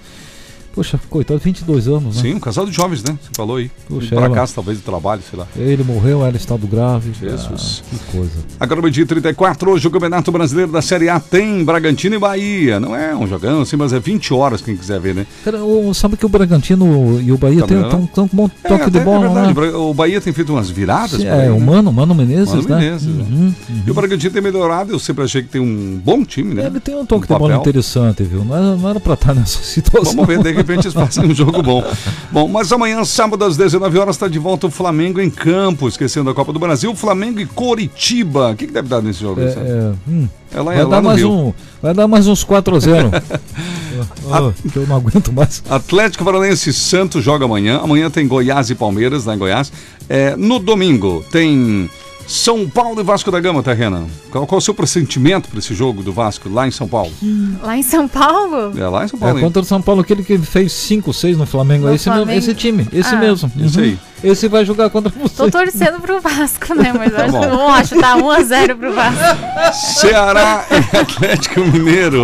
Poxa, coitado, 22 anos, né? Sim, um casal de jovens, né? Você falou aí. Puxa, pra ela- casa, talvez, do trabalho, sei lá. Ele morreu, ela estado grave. Jesus. Ah, que coisa. Agora, meio-dia e 34, hoje o Campeonato Brasileiro da Série A tem Bragantino e Bahia. Não é um jogão assim, mas é 20 horas, quem quiser ver, né? Cara, o- sabe que o Bragantino e o Bahia Tá têm melhorando? tão, tão bom toque é, de até- bola, é verdade, né? Bra- O Bahia tem feito umas viradas. Sim, por aí, é, né? o Mano, Mano Menezes, Mano né? Menezes, né? Uhum. E o Bragantino tem melhorado, eu sempre achei que tem um bom time, né? Ele tem um toque de papel. bola interessante, viu? Não era, não era pra estar *laughs* nessa situação. Vamos ver, de repente eles fazem um *laughs* jogo bom. Bom, mas amanhã, sábado, às 19 horas, está de volta o Flamengo em campo, esquecendo a Copa do Brasil, Flamengo e Coritiba. O que, que deve dar nesse jogo? É, sabe? é, hum, É lá, é vai, lá dar no mais Rio. um, vai dar mais uns 4 a *laughs* 0 Ah, ah, que Eu não aguento mais. Atlético Paranaense e Santos joga amanhã. Amanhã tem Goiás e Palmeiras, lá em Goiás. É, no domingo tem São Paulo e Vasco da Gama, tá, Renan? Qual, qual o seu pressentimento para esse jogo do Vasco lá em São Paulo? Lá em São Paulo? É lá em São É Paulo, hein? contra o São Paulo, aquele que fez 5, 6 no Flamengo. No esse, mesmo- Flamengo? esse time, esse Ah. mesmo. Uhum. Esse aí. Esse vai jogar contra Tô você. torcendo pro Vasco, né? Mas eu acho bom. que não acho, tá 1x0 pro Vasco. Ceará e *laughs* Atlético Mineiro.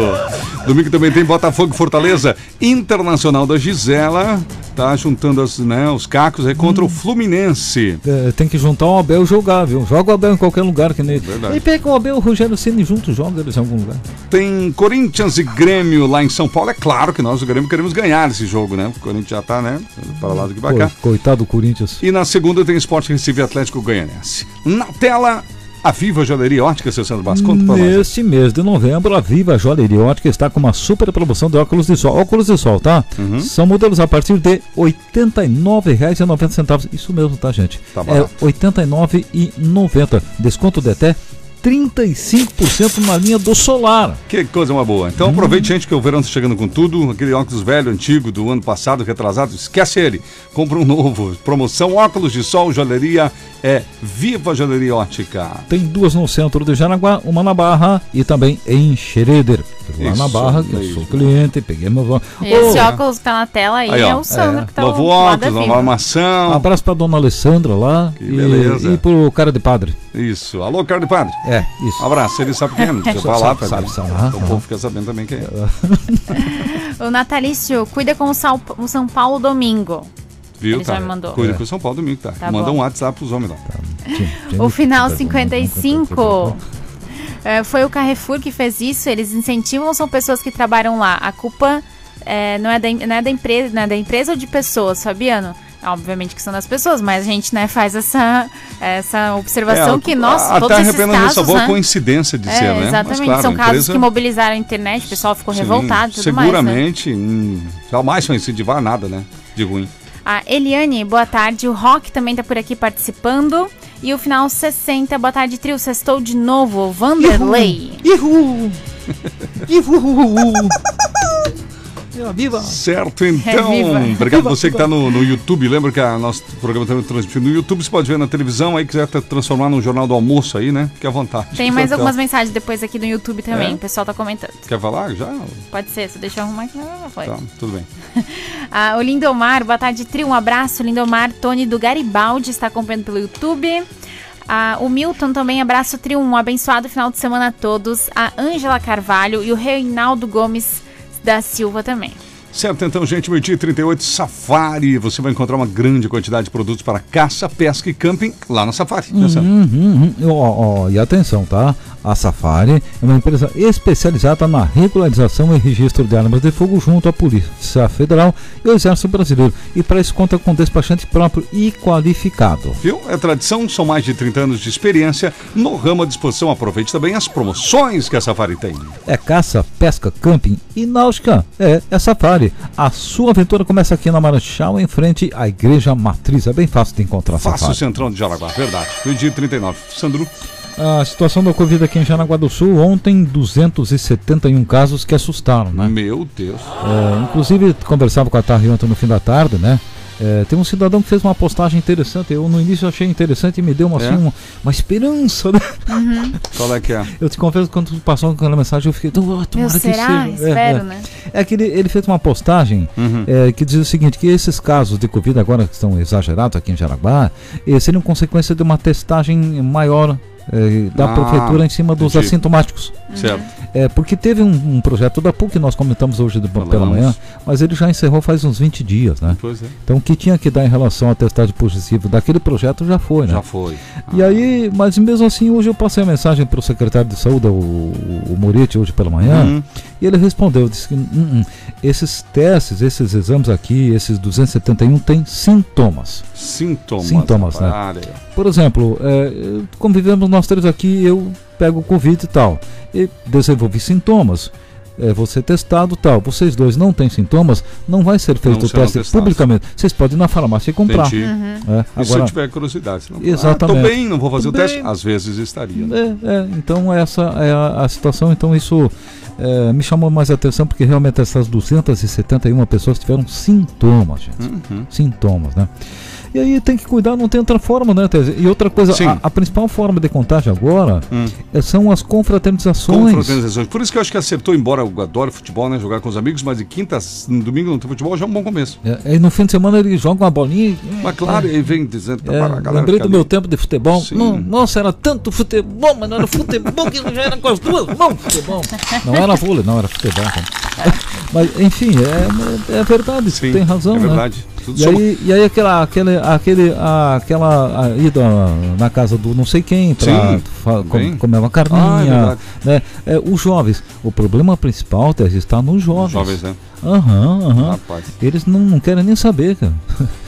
Domingo também tem Botafogo e Fortaleza. Internacional da Gisela tá juntando as, né, os cacos aí contra o Fluminense. É, tem que juntar o Abel e jogar, viu? Joga o Abel em qualquer lugar que nem. Verdade. E pega o Abel e o Rogério Ceni junto, joga eles em algum lugar. Tem Corinthians e Grêmio lá em São Paulo. É claro que nós, o Grêmio, queremos ganhar esse jogo, né? O Corinthians já tá, né? Para lá do que pra cá. Coi- coitado do Corinthians. E na segunda tem Esporte Recife e Atlético Goianense. Na tela, a Viva Joalheria Ótica, seu Sandro Bastos. Conta pra né? nós. Neste mês de novembro, a Viva Joalheria Ótica está com uma super promoção de óculos de sol. Óculos de sol, tá? Uhum. São modelos a partir de R$ 89,90. Isso mesmo, tá, gente? Tá é R$ barato. 89,90. Desconto de até 35% na linha do solar. Que coisa uma boa. Então aproveite, gente, que o verão está chegando com tudo. Aquele óculos velho, antigo, do ano passado, retrasado, esquece ele. Compra um novo. Promoção óculos de sol, joalheria. É Viva Joalheria Ótica. Tem duas no centro de Jaraguá, uma na Barra e também em Schroeder. Lá Isso na Barra, que eu mesmo. sou cliente, peguei meu vó. Esse Ô, óculos que tá na tela aí, Aí, ó. é o Sandro que tá Novo lá da óculos, vila. nova armação. um Abraço pra dona Alessandra lá e, beleza. e pro cara de padre. Isso. Alô, Carlos de Padre. É, isso. Um Abraço, ele sabe *laughs* quem é. Você vai Sabe, lá, sabe, também. sabe, Ah, Então aham. tá. O povo fica sabendo também quem é. O Natalício cuida com o, Sal- o São Paulo domingo. Viu, Ele já tá? me mandou. Cuida com o São Paulo domingo, tá? Tá Manda bom. um WhatsApp pros homens lá. Ah, O né? final 55 eh, foi o Carrefour que fez isso. Eles incentivam, são pessoas que trabalham lá. A culpa eh, não, é da, em- não é da empresa, não é da empresa ou de pessoas, Fabiano. Obviamente que são das pessoas, mas a gente né, faz essa, essa observação É, que nós, a- todos até esses arrependendo casos, só boa né? coincidência de É, ser, né? Mas, exatamente, claro, são a casos empresa- que mobilizaram a internet, o pessoal ficou Sim, revoltado e tudo mais. né? Seguramente, hum, jamais vão incentivar nada, né? De ruim. A Eliane, boa tarde. O Rock também tá por aqui participando. E o final 60, boa tarde, trio. Sextou de novo, o Vanderlei. Ihu! Ihu! Viva! Certo, *laughs* então. É, viva. Obrigado você que está no, no YouTube. Lembra que o nosso programa também é transmitido no YouTube. Você pode ver na televisão, aí quiser tra- transformar num jornal do almoço aí, né? Fique à vontade. Tem mais Então, algumas mensagens depois aqui no YouTube também. É? O pessoal tá comentando. Quer falar? Já? Pode ser, só deixa eu arrumar aqui. Ah, foi. Tá, tudo bem. Ah, o Lindomar, boa tarde, trio. Um abraço, Lindomar. Tony do Garibaldi está acompanhando pelo YouTube. Ah, o Milton também, abraço, trio. Um abençoado final de semana a todos. A Ângela Carvalho e o Reinaldo Gomes da Silva também. Certo, então, gente, meio dia e 38, Safari. Você vai encontrar uma grande quantidade de produtos para caça, pesca e camping lá na Safari. né, Sandro? Uhum, uhum. Ó, ó, e atenção, tá? A Safari é uma empresa especializada na regularização e registro de armas de fogo junto à Polícia Federal e ao Exército Brasileiro. E para isso conta com um despachante próprio e qualificado. Viu? É tradição, são mais de 30 anos de experiência no ramo à disposição. Aproveite também as promoções que a Safari tem. É caça, pesca, camping e náutica. É, é Safari. A sua aventura começa aqui na Marechal, em frente à Igreja Matriz. É bem fácil de encontrar Faça o Safari. Centrão de Jaraguá, verdade. No dia 39. Sandro, A situação da Covid aqui em Janaguá do Sul, ontem 271 casos que assustaram, né? meu Deus. É, inclusive, conversava com a Tarri ontem no fim da tarde, né? É, tem um cidadão que fez uma postagem interessante. Eu no início achei interessante e me deu uma, É? assim, uma, uma esperança. Né? Qual é que é? Eu te confesso que quando tu passou aquela mensagem, eu fiquei. "Ah, Meu, tomara que será? seja." É, Espero, é. né? É que ele, ele fez uma postagem Uhum. é, que dizia o seguinte: que esses casos de Covid agora que estão exagerados aqui em Jaraguá eh, seriam consequência de uma testagem maior eh, da Ah, prefeitura em cima dos entendi. assintomáticos. Certo. É, porque teve um, um projeto da PUC, nós comentamos hoje de- pela Falamos. manhã, mas ele já encerrou faz uns 20 dias, né? Pois é. Então o que tinha que dar em relação ao testagem positivo daquele projeto já foi, né? Já foi. E aí, mas mesmo assim, hoje eu passei a mensagem para o secretário de saúde, o, o Moretti, hoje pela manhã, Uhum. e ele respondeu, disse que "Hum, hum, esses testes, esses exames aqui, esses 271 têm sintomas. Sintomas. Sintomas, né? Parada aí, ó. Por exemplo, é, convivemos nós três aqui, eu pego o Covid e tal, e desenvolvi sintomas. É, você testado e tal, vocês dois não têm sintomas, não vai ser feito Não o serão teste testados. publicamente. Vocês podem ir na farmácia e comprar. Entendi. É, E se eu agora- tiver curiosidade? Senão, Ah, Exatamente. tô bem, não vou fazer Tô o teste? bem. Às vezes estaria. né? É, é, então essa é a, a situação, então isso é, me chamou mais a atenção porque realmente essas 271 pessoas tiveram sintomas, gente. Sintomas, né? E aí tem que cuidar, não tem outra forma, né, Tese? E outra coisa, Sim. a, a principal forma de contágio agora é- são as confraternizações. Confraternizações. Por isso que eu acho que acertou, embora eu adore futebol, né? Jogar com os amigos, mas de quinta, a- no domingo não tem futebol, já é um bom começo. É, aí no fim de semana ele joga uma bolinha. e- Mas claro, aí vem dizendo tá, É, para a galera lembrei fica do meu ali. tempo de futebol. Sim. Não, nossa, era tanto futebol, mas não era futebol que já era com as duas mãos futebol. Não era vôlei, não, era futebol. *laughs* cara. Mas, enfim, é, é verdade, Sim, tem razão, É né? verdade. Tudo E soma. aí, e aí aquela, aquele, aquele, a- aquela a ida na casa do não sei quem para Sim, bem. comer uma Ah, é carninha. verdade. né? É, os jovens, o problema principal Tese, está nos jovens. Jovens, né? Ah, Aham, aham. Rapaz. Eles não, não querem nem saber, cara. *laughs*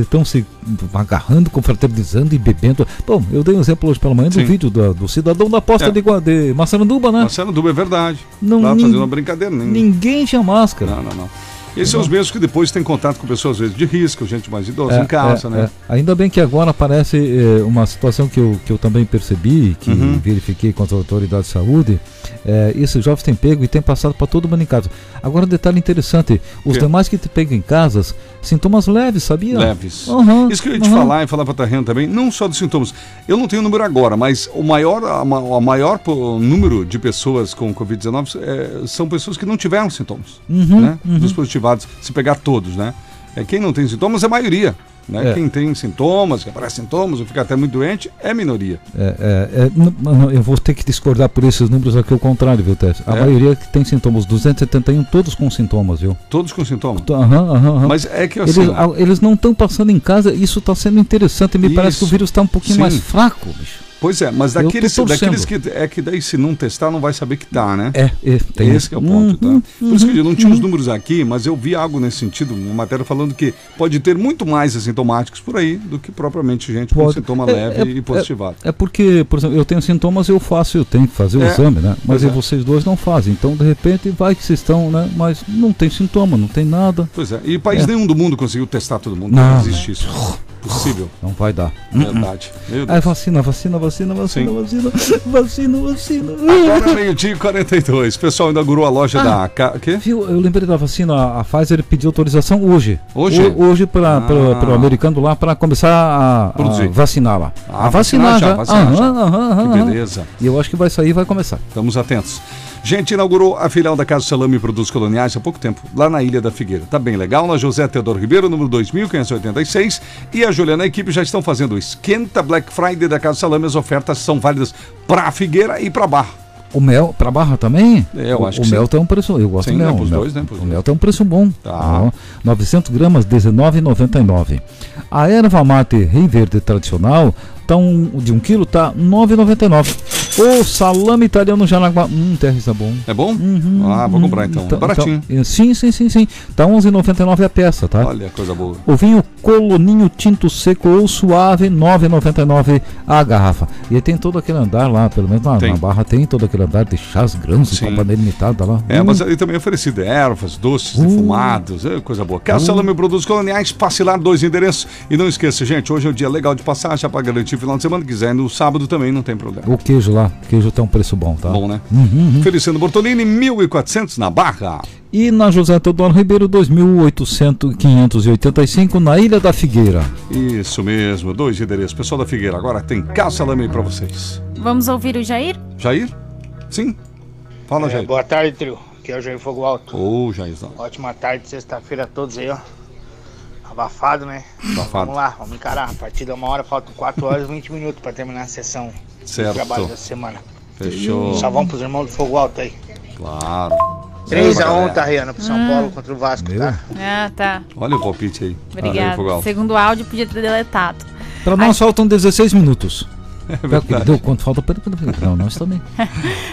Estão se agarrando, confraternizando e bebendo. Bom, eu dei um exemplo hoje pela manhã Sim. do vídeo da- do, cidadão da aposta É. de, Gua- de Massaranduba, né? Marcelo Duba é verdade. Não, Tava nin- fazendo uma brincadeira, nem. Ninguém tinha máscara. Não, não, não. Esses são os mesmos que depois têm contato com pessoas às vezes de risco, gente mais idosa É, em casa, é, né? é. Ainda bem que agora aparece eh, uma situação que eu, que eu também percebi, que Uhum. verifiquei com as autoridades de saúde. eh, esses jovens têm pego e têm passado para todo mundo em casa. Agora um detalhe interessante: os Quê? demais que te pegam em casas, sintomas leves, sabia? Leves. Aham, Isso que eu ia te aham. falar e falar para Tarreno também, não só dos sintomas. Eu não tenho o número agora, mas o maior, a, ma- o maior pô, número de pessoas com Covid-19 é, são pessoas que não tiveram sintomas, Uhum, né? Dos positivados, se pegar todos, né? É, quem não tem sintomas é a maioria. Né? É. Quem tem sintomas, que aparece sintomas, ou fica até muito doente, é minoria. É, é, é, n- n- eu vou ter que discordar por esses números aqui, ao contrário, viu, Tess? A É? maioria que tem sintomas, 271, todos com sintomas, viu? Todos com sintoma. Tô- Aham, aham, aham. Mas é que Então, Eles, assim. ah, eles não estão passando em casa, isso está sendo interessante. Me parece que o Isso. vírus está um pouquinho Sim. mais fraco, bicho. Pois é, mas Eu tô daqueles, torcendo. daqueles que. É que daí se não testar, não vai saber que tá, né? É, é, tem Uhum, Esse que é o ponto, tá? Por isso que eu digo, não tinha os números aqui, mas eu vi algo nesse sentido, uma matéria falando que pode ter muito mais assintomáticos por aí do que propriamente gente com Pode. sintoma É, leve é, e positivado. É porque, por exemplo, eu tenho sintomas, eu faço, eu tenho que fazer o É, exame, né? Mas pois e é. vocês dois não fazem. Então, de repente, vai que vocês estão, né? Mas não tem sintoma, não tem nada. Pois é, e país É. nenhum do mundo conseguiu testar todo mundo, não, Não. né? existe isso. Possível, Não vai dar. verdade. Meu Aí Deus. vacina, vacina, vacina, vacina, vacina, vacina, vacina. Agora meio-dia e 42, o pessoal inaugurou a loja Ah. da... Ca... Quê? Viu, eu lembrei da vacina, a Pfizer pediu autorização hoje. Hoje? Ho- hoje para Ah. o americano lá para começar a, Produzir. a vacinar lá. Ah, a vacinar já. vacinar já, Aham, aham, aham, Que aham. beleza. E eu acho que vai sair e vai começar. Estamos atentos. Gente, inaugurou a filial da Casa Salame e Produtos Coloniais há pouco tempo, lá na Ilha da Figueira. Tá bem legal, na José Teodoro Ribeiro, número 2586. E a Juliana e a equipe já estão fazendo o esquenta Black Friday da Casa Salame. As ofertas são válidas para a Figueira e para Barra. O mel para barra também? É, eu O- acho o que mel sim. tem um preço. Eu gosto Sim, do mel. né, pros o mel, dois, né, pros o dois. mel tem um preço bom. Tá. Ó, 900 gramas, 19,99. A erva mate rei verde tradicional tá um, de 1 um quilo tá 9,99. O salame italiano Jaraguá, hum, terra está bom. É bom? ah, vou comprar então. Então- Baratinho. então- sim, sim, sim, sim. Tá 11,99 a peça, tá? Olha, coisa boa. O vinho Coloninho Tinto Seco ou Suave, 9,99 a garrafa. E aí tem todo aquele andar lá, pelo menos na, Tem. na barra tem todo aquele andar de chás grãos e Sim. companhia limitada lá. É, Hum, mas ali também é oferecido ervas, doces, defumados, é, coisa boa. Casa Salame Produtos Coloniais, passe lá, dois endereços. E não esqueça, gente, hoje é um dia legal de passar, já para garantir o final de semana. Quiser, no sábado também não tem problema. O queijo lá, o queijo tem um preço bom, tá? Bom, né? Feliciano Bortolini, 1400 na Barra. E na José Teodoro Ribeiro, 2.885 na Ilha da Figueira. Isso mesmo, dois endereços. Pessoal da Figueira, agora tem caça lame pra vocês. Vamos ouvir o Jair? Jair? Sim? Fala, Jair. É, Boa tarde, trio. Aqui é o Jair Fogo Alto. Ô, Jairzão. Ótima tarde, sexta-feira a todos aí, ó. Abafado, né? Abafado. Vamos lá, vamos encarar. A partida é uma hora, faltam 4 horas e 20 minutos pra terminar a sessão de Certo. trabalho da semana. Fechou. Só vamos pros irmãos do Fogo Alto aí. Claro. 3x1, galera. tá. Tarriana, pro São Paulo contra o Vasco, Meu. tá? Ah, tá. Olha o palpite aí. Jair Obrigada. Fogal. Segundo o áudio, podia ter deletado. Pra nós faltam 16 minutos. *laughs* É Pera, verdade. Deu quanto falta? Pera, pera, pera. Não, nós também.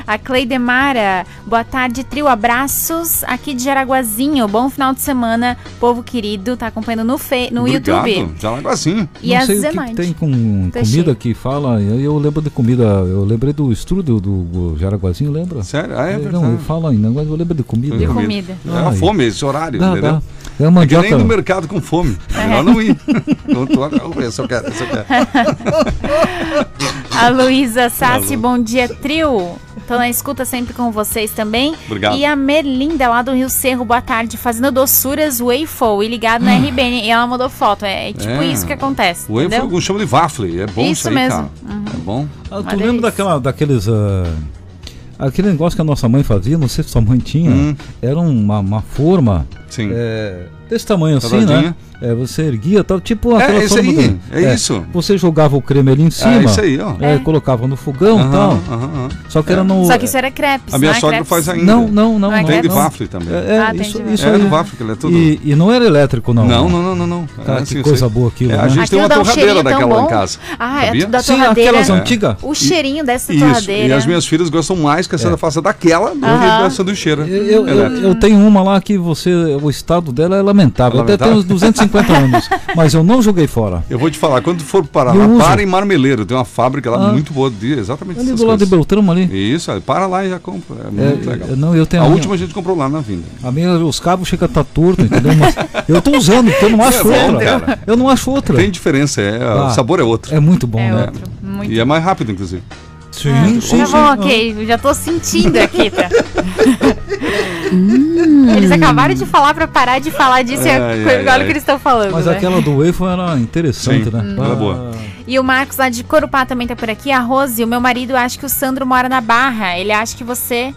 A Cleidemara, boa tarde, trio. Abraços aqui de Jaraguazinho. Bom final de semana, povo querido. Tá acompanhando no, fe... no Obrigado. YouTube. Jalaguazinho. E não a sei o que que, Zenaide. tem com Tá comida cheio. que fala. Eu, eu lembro de comida. Eu lembrei do estúdio do Jaraguazinho, lembra? Sério? Ah, é não, verdade. fala ainda, mas eu lembro de comida. De Tem comida. É uma Ai. fome esse horário, Dá, entendeu? dá. É É que mandioca. nem no mercado com fome. Melhor *laughs* não ir. Não tô- não, Essa eu quero, essa eu quero. A Luísa Sassi, bom dia, trio. Tô na escuta sempre com vocês também. Obrigado. E a Merlinda, lá do Rio Cerro, boa tarde, fazendo doçuras Wayful e ligado na RBN. E ela mandou foto. É, é tipo Hum. É. isso que acontece. O Enfim, entendeu? alguns chamam de waffle. É bom isso, Isso aí, mesmo. Uhum. cara. É bom. Ah, Uma tu lembra delícia. daquela, daqueles. ah, aquele negócio que a nossa mãe fazia, não sei se sua mãe tinha. Hum. Era uma, uma forma. Sim. é, desse tamanho assim, Quadradinha. né? É, você erguia, tal, tipo É, aquela esse forma aí, do- é isso. Você jogava o creme ali em cima. É isso aí, ó. é, um colocava no fogão e Aham, tal. aham, aham. Só que era no. Só que isso era crepes, A minha não é sogra crepes? faz ainda. Não, não, não. Não é não, Tem de não. waffle também. É, é, Ah, tem isso, de isso É, aí. do waffle, que ele é tudo- E, e não era elétrico, não. Não, né? não, não, não, É não. Cara, que sim, eu coisa sei. boa aquilo, É, A né? gente tem Aquilo uma dá um torradeira cheirinho tão daquela lá em bom. casa. Ah, sabia? é tudo da Sim, torradeira. aquelas antigas. O cheirinho dessa Isso. torradeira. E as minhas filhas gostam mais que essa da faça daquela do É, né? que Aham. da sanduicheira. É. Eu, eu, elétrica. eu tenho uma lá que você, o estado dela é lamentável. É Até tem lamentável? uns *laughs* 250 anos. Mas eu não joguei fora. Eu vou te falar, quando for parar Eu lá, uso. para em Marmeleiro, tem uma fábrica lá Ah. muito boa, de, exatamente Ali essas do lado de coisas. Beltramo ali. Isso, aí para lá e já compra, é muito É, legal. é, não, eu tenho a a minha. última a gente comprou lá na vinda. A minha, os cabos chegam a estar torto, entendeu? Mas eu tô usando, porque eu não acho é bom, outra. cara. Eu não acho outra. Tem diferença, é, Ah. o sabor é outro. É muito bom, É né? outro. Muito. E é mais rápido, inclusive. Sim, sim, Tá sim. bom, ok. eu Já tô sentindo *laughs* aqui, tá? Eles acabaram de falar pra parar de falar disso e é Hum. Ai, ai, olha o ai. que eles estão falando. Mas né? aquela do Waffle era interessante, Sim, né? ela Hum. é boa. E o Marcos lá de Corupá também tá por aqui. A Rose, o meu marido acha que o Sandro mora na Barra. Ele acha que você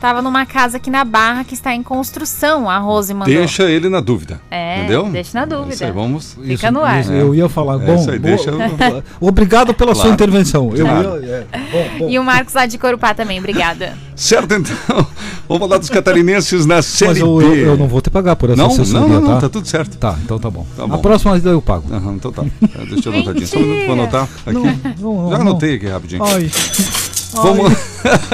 tava numa casa aqui na Barra que está em construção. A Rose mandou. Deixa ele na dúvida. É, entendeu? deixa na dúvida. Isso é aí, vamos. Fica no ar. isso, eu ia falar, É, bom, isso aí, boa- deixa eu- obrigado pela sua Claro. intervenção. Eu Claro. ia- é, bom, bom. E o Marcos lá de Corupá também, obrigada. Certo, então. *laughs* Vamos falar dos catarinenses na Mas Série eu, B. eu, eu não vou te pagar por essa não, não, assessoria, não, não, tá? tá tudo certo. Tá, então tá bom. Tá A bom. próxima eu pago. Aham, então tá. É, Deixa eu anotadinho. Só um minuto, vou anotar aqui. não, não, Já não. Ah, anotei aqui rapidinho. Ai, Vamos...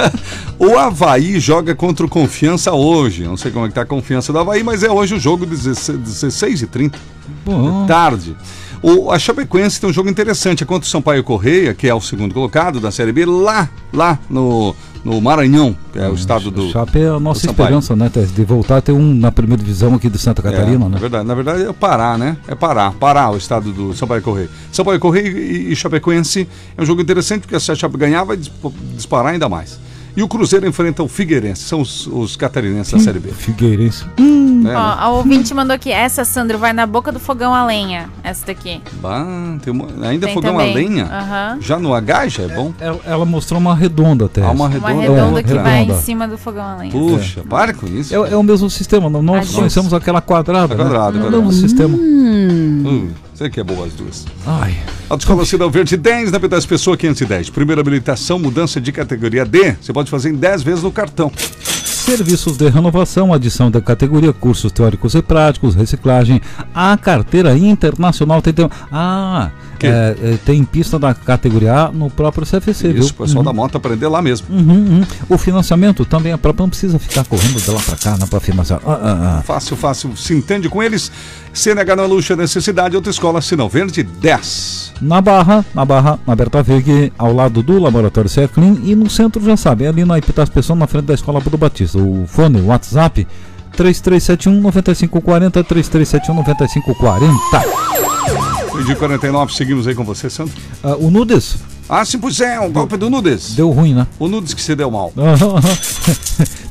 *laughs* o Havaí joga contra o Confiança hoje. Não sei como é que tá a confiança do Havaí, mas é hoje o jogo 16 e 30 bom. tarde. O, a Chapecoense tem um jogo interessante, é contra o Sampaio Correia, que é o segundo colocado da Série B, lá, lá no, no Maranhão, que é o estado do... Chape é a nossa do Sampaio. esperança, né, Tess? De voltar a ter um na primeira divisão aqui de Santa Catarina, é, né? Na verdade, na verdade é o Pará, né? É Pará, Pará, o estado do Sampaio Correia. Sampaio Correia e, e Chapecoense é um jogo interessante, porque se a Chape ganhar, vai dis- disparar ainda mais. E o Cruzeiro enfrenta o Figueirense, são os, os catarinenses da Série *laughs* B. Figueirense. Né? Ó, a ouvinte mandou aqui. Essa, Sandro, vai na boca do fogão a lenha. Essa daqui. Bah, tem uma- ainda Tem fogão também. a lenha, Aham. já no H já é bom. Ela, ela mostrou uma redonda, Tess. Há uma Uma redonda. redonda que Redonda. vai em cima do fogão a lenha. Puxa, para com isso. É, é o mesmo sistema, não- Ah, nós justo. conhecemos aquela quadrada. A né? quadrada, É o quadrada. mesmo sistema. Hum, sei que é boa as duas. Ai. Autoescola Cidão Verde 10, na Pedras Pessoa 510. Primeira habilitação, mudança de categoria D. Você pode fazer em 10 vezes no cartão. Serviços de renovação, adição da categoria, cursos teóricos e práticos, reciclagem. A carteira internacional tem. tem- Ah, Que? é, é, tem pista da categoria A no próprio CFC, viu? Isso, o pessoal Uhum. da moto aprender lá mesmo. Uhum, uhum. O financiamento também é próprio, não precisa ficar correndo de lá pra cá, não, pra financiar. Ah, ah, ah. Fácil, fácil. Se entende com eles. CNH na luxa, é necessidade. Autoescola Sinal Verde 10. Na Barra, na Barra, na Berta Vig, ao lado do Laboratório Seclin e no centro, já sabe, é ali na Epitas Pessoa, na frente da Escola Budo Batista. O fone, o WhatsApp, 3371-9540, 3371-9540. Meio de 49, seguimos aí com você, Sandro. Ah, o Nudes Ah, se puser, o golpe do Nudes. deu ruim, *laughs* né? O Nudes que se deu mal. Aham, aham.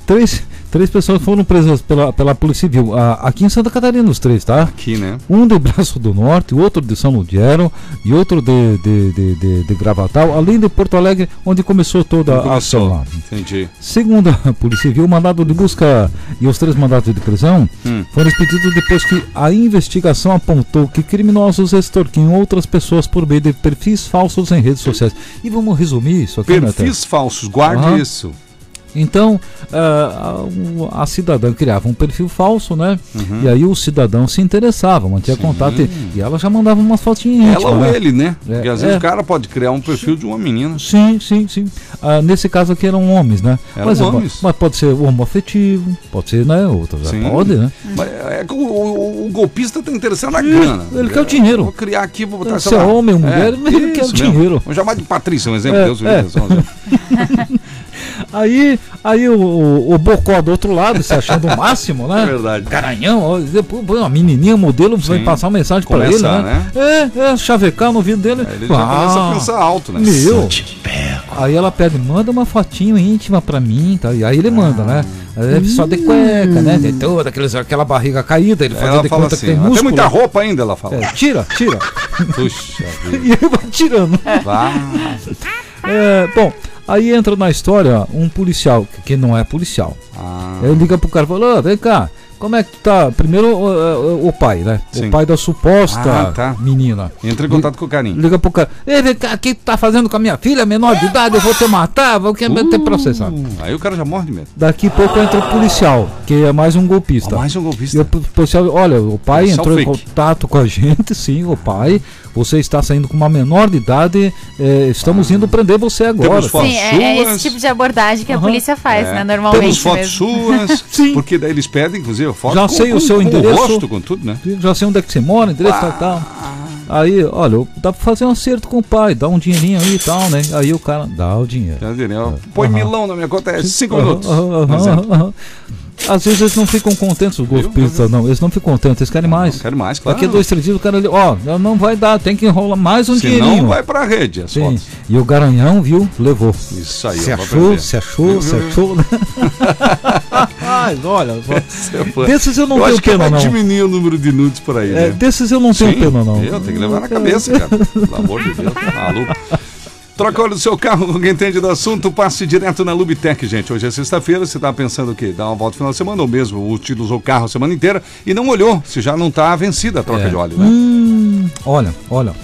três, três pessoas foram presas pela, pela Polícia Civil, ah, aqui em Santa Catarina, os três, tá? Aqui, né? Um de Braço do Norte, outro de São Lodiero e outro de, de, de, de- de Gravatal, além de Porto Alegre, onde começou toda a ação Ah, lá. é Tá, Entendi. Segundo a *laughs* Polícia Civil, o mandado de busca e os três mandados de prisão Hum. foram expedidos depois que a investigação apontou que criminosos extorquiam outras pessoas por meio de perfis falsos em redes sociais. E vamos resumir isso aqui, né, Tess? Perfis falsos, guarde Aham. isso. Então, ah, um, a, cidadã criava um perfil falso, né? Uhum. E aí o cidadão se interessava, mantinha contato e, e ela já mandava umas fotinhas Ela ou né? ele, né? É, Porque às vezes é. o cara pode criar um perfil de uma menina. Sim, sim, sim. Ah, nesse caso aqui eram homens, né? Eram mas, homens. mas pode ser homoafetivo, pode ser, né? Outro, já Sim. pode, né? Mas é que o, o- o golpista tá interessado na grana. ele quer o dinheiro. Vou criar aqui, vou botar Se sei é lá. homem ou mulher, ele quer o isso mesmo. dinheiro. Vamos chamar de Patrícia, um exemplo. É, Deus me é. livre, só um exemplo. Aí, aí o, o, o Bocó do outro lado, se achando o máximo, né? *laughs* É verdade. Garanhão, ó, depois, põe uma menininha, modelo, vai Sim. passar uma mensagem pra ele, Começar, né? É, é, chavecar no vidro dele. Aí É, Ele já começa a pensar alto, né? Ah. Meu. Aí ela pede, manda uma fotinho íntima pra mim, tá? E aí ele manda, né? Ah. Aí ele só de cueca, né? Tem toda aqueles, aquela barriga caída, ele Aí fazendo Hum. ela de fala conta assim, que tem "Ah, tem músculo. né?" muita roupa ainda, ela fala. É, tira, tira. *laughs* Puxa vida. E ele vai tirando. Vá. É, bom, aí entra na história um policial, que- que não é policial. Ah, Aí liga pro cara e fala, "Ô, vem cá, como é que tá? Primeiro o, o- o pai, né? Sim. O pai da suposta Ah, tá. menina. entra em contato com o carinho. Liga pro cara, ei, vem cá, o que tu tá fazendo com a minha filha, menor É, de idade, eu vou te matar, vou que- te processar. Aí o cara já morre de medo. Daqui a pouco entra o policial, que é mais um golpista. Ó, mais um E o golpista. p- policial, olha, o pai Policial entrou em fake. contato com a *laughs* gente, sim, o pai. Você está saindo com uma menor de idade, eh, estamos indo prender você agora. foto. Sim, é, é Suas. esse tipo de abordagem que a polícia faz, É. né? Normalmente. Temos fotos mesmo. suas, *laughs* Sim. porque daí eles pedem, inclusive, veio foto Já com- sei com- o seu com endereço. rosto, com tudo, né? Já sei onde é que você mora, endereço Ah. tal, tal. Aí, olha, eu- dá pra fazer um acerto com o pai, dá um dinheirinho aí e tal, né? Aí o cara dá o dinheiro. Já diria, ó, Põe É. Aham. milão na minha conta, é cinco Aham, minutos. aham, Mas é, aham, aham. Às vezes eles não ficam contentes, os golpistas, não. Eles não ficam contentes, eles Ah, querem mais. Quero mais, claro. Daqui a dois, três dias o cara ali, ó, não vai dar, tem que enrolar mais um Se dinheirinho. não, vai pra rede as Sim. fotos. E o Garanhão, viu? Levou. Isso aí, Se é eu vou achou, aprender. se achou, se achou, *laughs* né? Ai, olha, só. *laughs* Desses eu não eu tenho acho que pena, vai não. diminuir o número de nudes por aí, É, né? desses eu não tenho pena, não. Eu tenho que levar na cabeça, cara. Pelo amor de Deus, tá maluco. Troca o óleo do seu carro com quem entende do assunto, passe direto na Lubitec, gente. Hoje é sexta-feira, você tá pensando o quê? Dar uma volta no final de semana ou mesmo utilizou o carro a semana inteira e não olhou, se já não tá vencida a troca É. de óleo, né? Hum, olha, olha.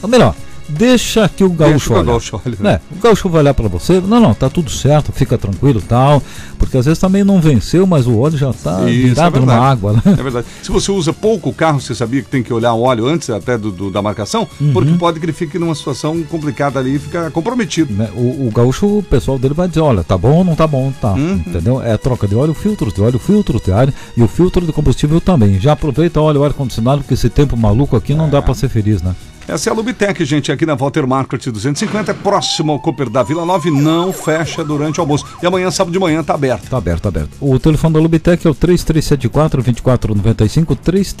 Ou melhor, deixa que o Deixa gaúcho que o olhe. gaúcho olhe, né? né? O gaúcho vai olhar pra você. Não, não, tá tudo certo, fica tranquilo e tal. Porque às vezes também não venceu, mas o óleo já tá Isso, virado é numa verdade. água, né? É verdade. Se você usa pouco o carro, você sabia que tem que olhar o óleo antes até do, do- da marcação, Uhum. porque pode que ele fique numa situação complicada ali e fica comprometido. né? O, o gaúcho, o pessoal dele vai dizer, olha, tá bom ou não tá bom, tá. Entendeu? É troca de óleo, filtros de óleo, filtros de ar e o filtro de combustível também. Já aproveita, olha o ar-condicionado, porque esse tempo maluco aqui não dá pra ser feliz, né? Essa é a Lubitec, gente, aqui na Walter Market 250, é próximo ao Cooper da Vila 9, não fecha durante o almoço. E amanhã, sábado de manhã, tá aberto. Tá aberto, tá aberto. O telefone da Lubitec é o 3374-2495,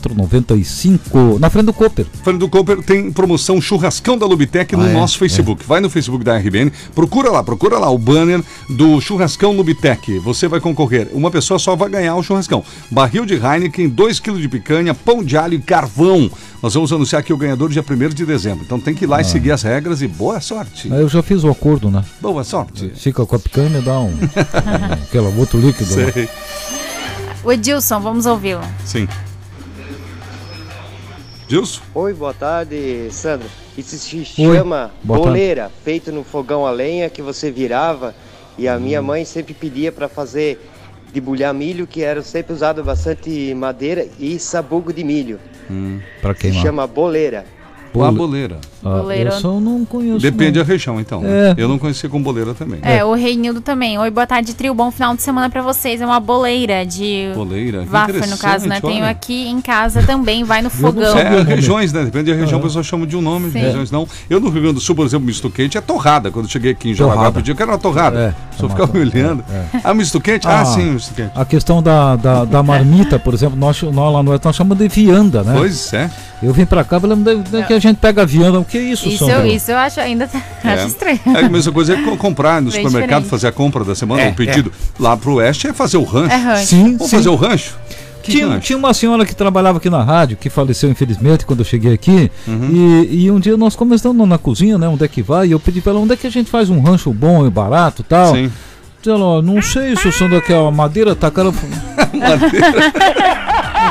3374-2495, na frente do Cooper. Fernando Cooper tem promoção churrascão da Lubitec no Ah, é? nosso Facebook. Vai no Facebook da RBN, procura lá, procura lá o banner do churrascão Lubitec. Você vai concorrer. Uma pessoa só vai ganhar o churrascão. Barril de Heineken, 2 kg de picanha, pão de alho e carvão. Nós vamos anunciar aqui o ganhador dia 1 de dezembro. Então tem que ir Ah. lá e seguir as regras e boa sorte. Aí eu já fiz o acordo, né? Boa sorte. Fica com a picanha e me dá um, um aquela, outro líquido. lá. Sei, O Edilson, vamos ouvi-lo. sim. Gilson? Oi, boa tarde, Sandro. Isso se Oi, chama boa boleira, feito no fogão a lenha que você virava e a minha mãe sempre pedia para fazer debulhar milho, que era sempre usado bastante madeira e sabugo de milho. Pra Se queimar. chama boleira. A Bole- boleira. Ah, eu Boleirão. só não conheço. Depende não. da região, então. né? É. Eu não conhecia com boleira também. É, o Reinildo também. Oi, boa tarde, trio. Bom final de semana pra vocês. É uma boleira de Boleira. que wafer, É. no caso, né? interessante, Tenho olha. aqui em casa também. Vai no fogão. sei. É, nome. regiões, né? Depende da região, o pessoal chama de um nome, Sim. regiões não. Eu no Rio Grande do Sul, por exemplo, misto quente é torrada. Quando eu cheguei aqui em Jaraguá, Torrada. pedi, eu quero uma torrada. É, é Só uma ficava me torrada, olhando. Ah, misto quente? Ah, Ah. sim, misto quente. A questão da, da, da marmita, por exemplo, nós, ch- nós lá no Oeste, nós chamamos de vianda, né? Pois é. Eu vim pra cá, eu lembro da- da que a gente pega a vianda. O que é isso, Isso, Sandro? eu- isso eu acho ainda tá- *laughs* acho estranho. um É a mesma coisa que co- comprar no Bem supermercado, diferente. fazer a compra da semana, o pedido. Lá pro oeste é fazer o rancho. É rancho. Sim, Vamos sim. fazer o rancho? Que Tinha, rancho? tinha uma senhora que trabalhava aqui na rádio, que faleceu infelizmente quando eu cheguei aqui. Uhum. E, e um dia nós começamos na cozinha, né? Onde é que vai? E eu pedi pra ela, onde é que a gente faz um rancho bom e barato e tal? Sim. Ela, ó, não sei se o Sandro quer uma madeira, tá cara. *laughs* eu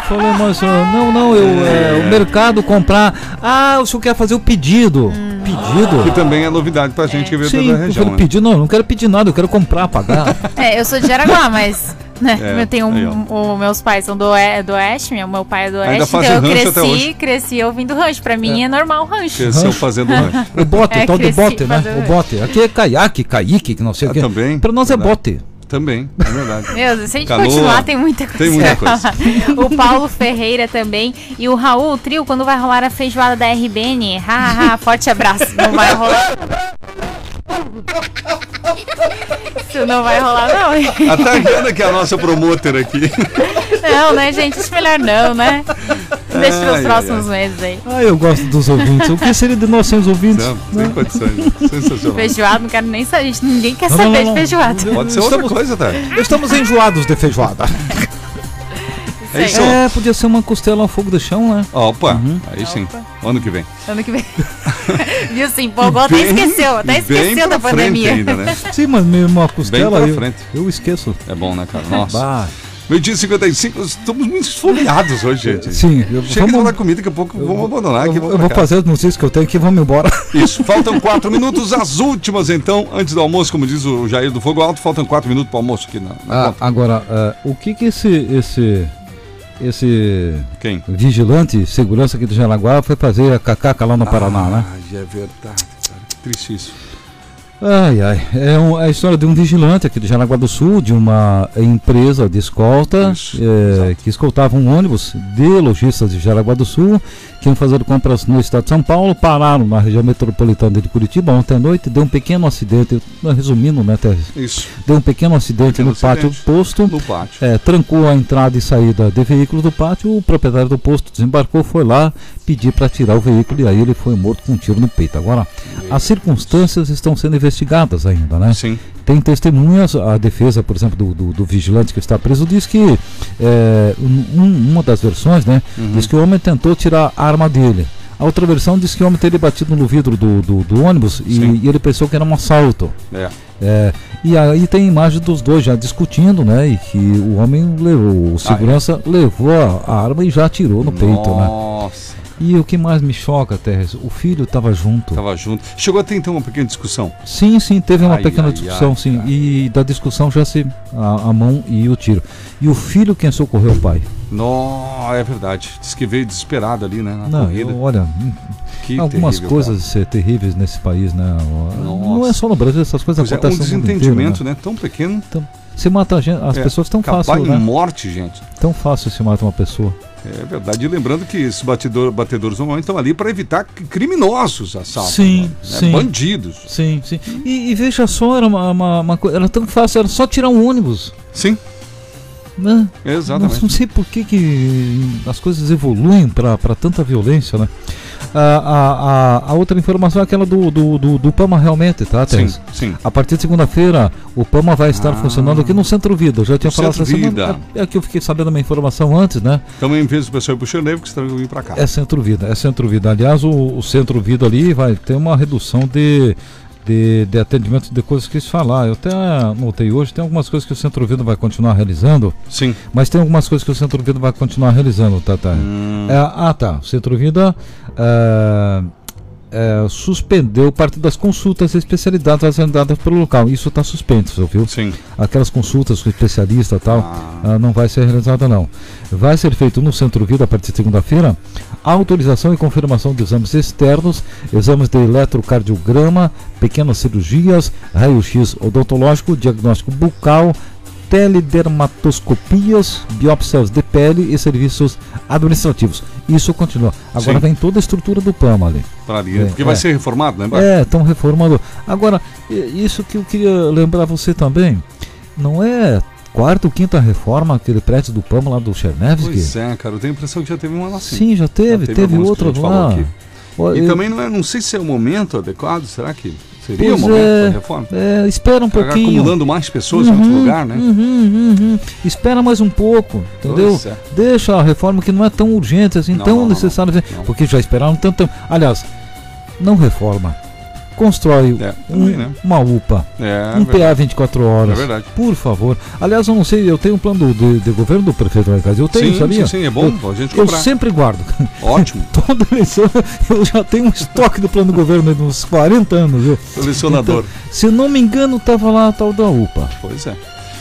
falei, mas ó, não, não, eu, é, o mercado comprar. Ah, o senhor quer fazer o pedido. Hum. Pedido? Que também é novidade pra gente que veio Sim, da eu região. falei, né? pedir, não, eu não quero pedir nada, eu quero comprar, *laughs* pagar. É, eu sou de Jaraguá, mas. Né, É, eu tenho um- aí, o- meus pais são do, oe- do Oeste, meu, meu pai é do Ainda Oeste, fazem então eu rancho até cresci, hoje. cresci ouvindo rancho. Pra mim é, normal rancho. *laughs* Cresceu fazendo rancho. O bote, É, o tal do cresci bote, né? fazendo- O bote. Aqui é caiaque, caique, que não sei o Ah, quê. também, Pra nós verdade. é bote. Também, é verdade. Meu Deus, se a gente Canoa. continuar, tem muita coisa. Tem muita coisa. *laughs* o Paulo Ferreira também. E o Raul, o trio, quando vai rolar a feijoada da RBN? Haha, forte abraço. Não vai rolar. Isso não vai rolar, não. A Tayana, que é a nossa *laughs* promoter aqui. Não, né, gente? Isso melhor não, né? Deixa Ai, pros ai, próximos meses aí. Ah, eu gosto dos ouvintes. O que seria de nós sem os ouvintes? Não, sem condições. Sensacional. Feijoada, não quero nem saber. gente, Ninguém quer Não, não, saber não, não. de feijoada. Pode ser outra Estamos- coisa, tá? Tayana. Estamos enjoados de *laughs* feijoada. É isso. É, podia ser uma costela ao fogo do chão, né? Opa, aí sim. Ano que vem. *laughs* Ano que vem. Viu? Se empolgou, até Bem- esqueceu. Até e bem esqueceu pra da pandemia. frente ainda, né? Sim, mas mesmo uma pra costela eu, frente. eu esqueço. É bom, né, cara? Nossa. Bah, Meio dia e 55, estamos muito esfoliados hoje, gente. sim, eu, Chega "Ah, de falar vamos, comida, daqui a pouco vamos abandonar. eu, aqui, eu pra vou casa. fazer as notícias que eu tenho aqui e vamos embora. Isso, faltam quatro minutos, as últimas então, antes do almoço, como diz o Jair do Fogo Alto, faltam quatro minutos para o almoço aqui na, na Ah, conta. agora, ah, o que que esse, esse, esse Quem? vigilante de segurança aqui do Jaraguá foi fazer a cacaca lá no Paraná, né? Ai, é verdade, cara. Que triste isso. Ai, ai. É, um- é a história de um vigilante aqui de Jaraguá do Sul, de uma empresa de escolta, é, que escoltava um ônibus de lojistas de Jaraguá do Sul, que iam fazer compras no estado de São Paulo, pararam na região metropolitana de Curitiba ontem à noite, deu um pequeno acidente, resumindo, né, Teres? Isso. Deu um pequeno acidente no pátio do posto. No pátio. É, trancou a entrada e saída de veículos do pátio. O proprietário do posto desembarcou, foi lá pedir para tirar o veículo e aí ele foi morto com um tiro no peito. Agora, as circunstâncias estão sendo investigadas ainda, né? Sim. Tem testemunhas, a defesa, por exemplo, do, do, do vigilante que está preso diz que é, um- um- uma das versões, né, diz que o homem tentou tirar a arma dele. A outra versão diz que o homem teria batido no vidro do, do, do ônibus e- e ele pensou que era um assalto. É. É, e aí tem imagem dos dois já discutindo, né? E que o homem levou, o segurança levou a, a arma e já atirou no peito, né? Nossa, E o que mais me choca, Terres, o filho estava junto. tava junto. Chegou até então uma pequena discussão. Sim, sim, teve uma Ai, pequena ai, discussão, ai, sim. E da discussão já se. A, a mão e o tiro. E o filho quem socorreu o pai. Não, é verdade. Diz que veio desesperado ali, né? Na Não, corrida. eu- olha, hum, Que algumas terrível, coisas eh, terríveis nesse país, né? Não é só no Brasil, essas coisas Pois é, um acontecem no mundo inteiro, desentendimento, né? Tão pequeno. Então, se mata a gente, as É, pessoas tão acabar fácil, em um né? morte, gente. Tão fácil se mata uma pessoa. É verdade. E lembrando que esses batedor, batedores normalmente estão ali para evitar que criminosos assaltos. Sim, né? sim. Bandidos. Sim, sim. E, e veja só, era uma, uma, uma coisa. Era tão fácil, era só tirar um ônibus. Sim. Né? Exatamente. Nossa, não sei por que, que as coisas evoluem para tanta violência, né? A, a, a, a outra informação é aquela do, do, do, do PAMA realmente, tá, Sim, Teres? sim. A partir de segunda-feira, o PAMA vai estar funcionando aqui no Centro Vida. Eu já tinha No falado Centro essa semana. Vida. É, é que eu fiquei sabendo uma informação antes, né? Então, em vez do pessoal ir pro Xernevo, que estão vindo para cá. É Centro Vida, é Centro Vida. Aliás, o, o Centro Vida ali vai ter uma redução de, de, de atendimento de coisas que eles falar. Eu até notei hoje, tem algumas coisas que o Centro Vida vai continuar realizando. Sim. Mas tem algumas coisas que o Centro Vida vai continuar realizando, Tata. É, ah, tá. O Centro Vida ah, é, suspendeu parte das consultas e especialidades agendadas pelo local. Isso está suspenso, viu? Sim. Aquelas consultas com especialista e tal, ah, não vai ser realizada, não. Vai ser feito no Centro Vida a partir de segunda-feira a autorização e confirmação de exames externos, exames de eletrocardiograma, pequenas cirurgias, raio-x odontológico, diagnóstico bucal, teledermatoscopias, biópsias de pele e serviços administrativos. Isso continua. Agora Sim. vem toda a estrutura do PAMA ali. Pra ali, É, porque vai é. ser reformado, né? Vai- É, estão reformando. Agora, i- isso que eu queria lembrar você também, não é quarta ou quinta reforma aquele prédio do PAMA lá do Chernevski? Pois é, cara, eu tenho a impressão que já teve um assim. uma lá sim. Sim, já teve, teve algumas que a outra gente lá. falou aqui. Ó, E eu- também não, é, não sei se é o momento adequado, será que seria Pois o momento é, da reforma? é, espera um Tá pouquinho. acumulando mais pessoas em outro Uhum, lugar, né? uhum, uhum. Espera mais um pouco, entendeu? Pois é. Deixa a reforma que não é tão urgente assim, Não, tão não, não, necessária. assim, não. Porque já esperaram tanto tempo. Aliás, não reforma. Constrói É, um- também, né? uma UPA. É, um verdade. PA 24 horas. É verdade. Por favor. Aliás, eu não sei, eu tenho um plano de, de governo do prefeito lá em casa. Eu tenho, Sim, sabia? sim, sim, é bom eu, a gente Eu cobrar. sempre guardo. *laughs* Ótimo. Toda eleição eu já tenho um estoque do plano de governo de uns 40 anos, viu? Colecionador. Então, se eu não me engano, tava lá a tal da UPA. Pois é.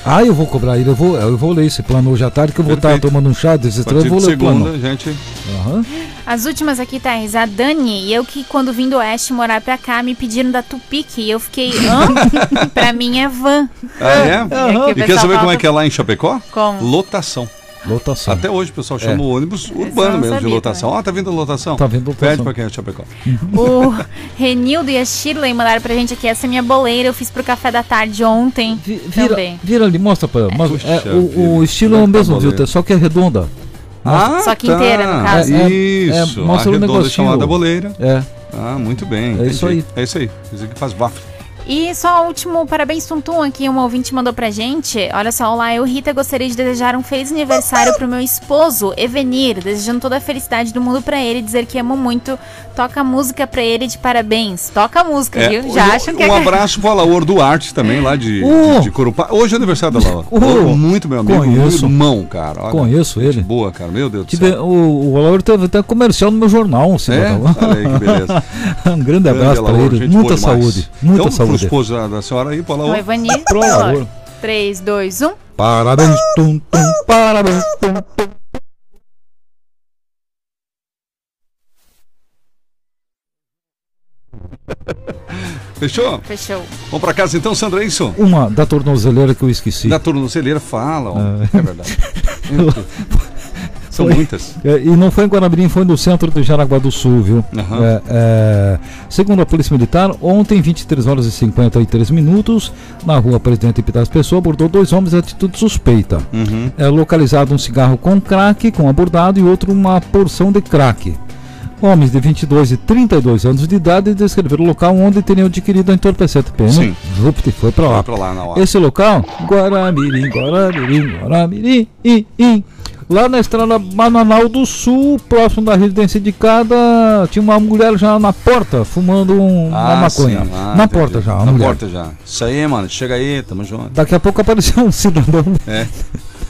Ah, eu vou cobrar ele, eu vou, eu vou ler esse plano hoje à tarde, que eu vou estar Perfeito. tomando um chá A desestrando, partir eu vou de ler o segunda, plano. a gente. Aham. As últimas aqui, Thaís. A Dani e eu que, quando vim do Oeste morar pra cá, me pediram da Tupic. E eu fiquei, *laughs* hã? pra mim é van. Ah, é? Aham. E quer saber como é que é lá em Chapecó? Como? Lotação. Lotação. Até hoje o pessoal chama É. o ônibus eu urbano não mesmo de sabia lotação. Ó, tá vindo lotação. Tá vindo lotação. Pede pra quem é de Chapecó. O Renildo e a Shirley mandaram pra gente aqui. Essa é minha boleira. Eu fiz pro café da tarde ontem. Vira, também. vira ali, mostra pra. Mas, Puxa é, o, o vida, estilo é o como mesmo, é que tá a viu? boleira? Só que é redonda. Só que inteira, no caso. É, é, Ah, tá. Isso. é, mostra a o redonda negocinho. chamada boleira. É. Ah, muito bem. É isso entendi. É isso aí. Isso aqui faz bafo. E só o último parabéns Tuntum aqui, uma ouvinte mandou pra gente. Olha só, olá, eu, Rita, gostaria de desejar um feliz aniversário pro meu esposo, Evenir, desejando toda a felicidade do mundo pra ele, dizer que amo muito. Toca a música pra ele de parabéns. Toca a música, É, viu? hoje, Já acham que *laughs* um é. abraço pro Alaor Duarte também, lá de, Uh! de, de Corupá. Hoje é aniversário da Alaor. Uh! Alaor, muito meu amigo, Conheço. um irmão, cara. Olha, Conheço gente ele. Boa, cara. Meu Deus do Tive, céu. o, o Alaor teve até comercial no meu jornal, se É? não tá bom? Olha aí que beleza. *laughs* um grande abraço pra Alaor, ele. gente Muita boa demais. saúde. Muita então, saúde. pro esposo da, da senhora aí, pro O Alaor. Evanir, Pro Alaor. 3, 2, 1. Parabéns, tum, tum, parabéns, tum, tum. Fechou? Fechou. Vamos pra casa então, Sandra, é isso? Uma da tornozeleira que eu esqueci. Da tornozeleira fala, ó. É. *laughs* É verdade. Meu Deus. São Foi- muitas. É, E não foi em Guaramirim, foi no centro de Jaraguá do Sul, viu? Aham. É, é, segundo a Polícia Militar, ontem, 23 horas e 53 minutos, na rua Presidente Pitas Pessoa, abordou dois homens de atitude suspeita. Uhum. É localizado um cigarro com crack, com abordado, e outro uma porção de crack. Homens de 22 e 32 anos de idade descreveram o local onde teriam adquirido a entorpecente PM. Sim. Rupt, foi pra lá. Foi pra lá na hora. Esse local, Guaramirim, Guaramirim, Guaramirim, im, im. Lá na estrada Bananal do Sul, próximo da residência indicada, tinha uma mulher já na porta, fumando um- uma Ah, maconha. sim. Ah, na entendi. porta já, uma Na mulher. porta já. Isso aí, mano. Chega aí, tamo junto. Daqui a pouco apareceu um cidadão É.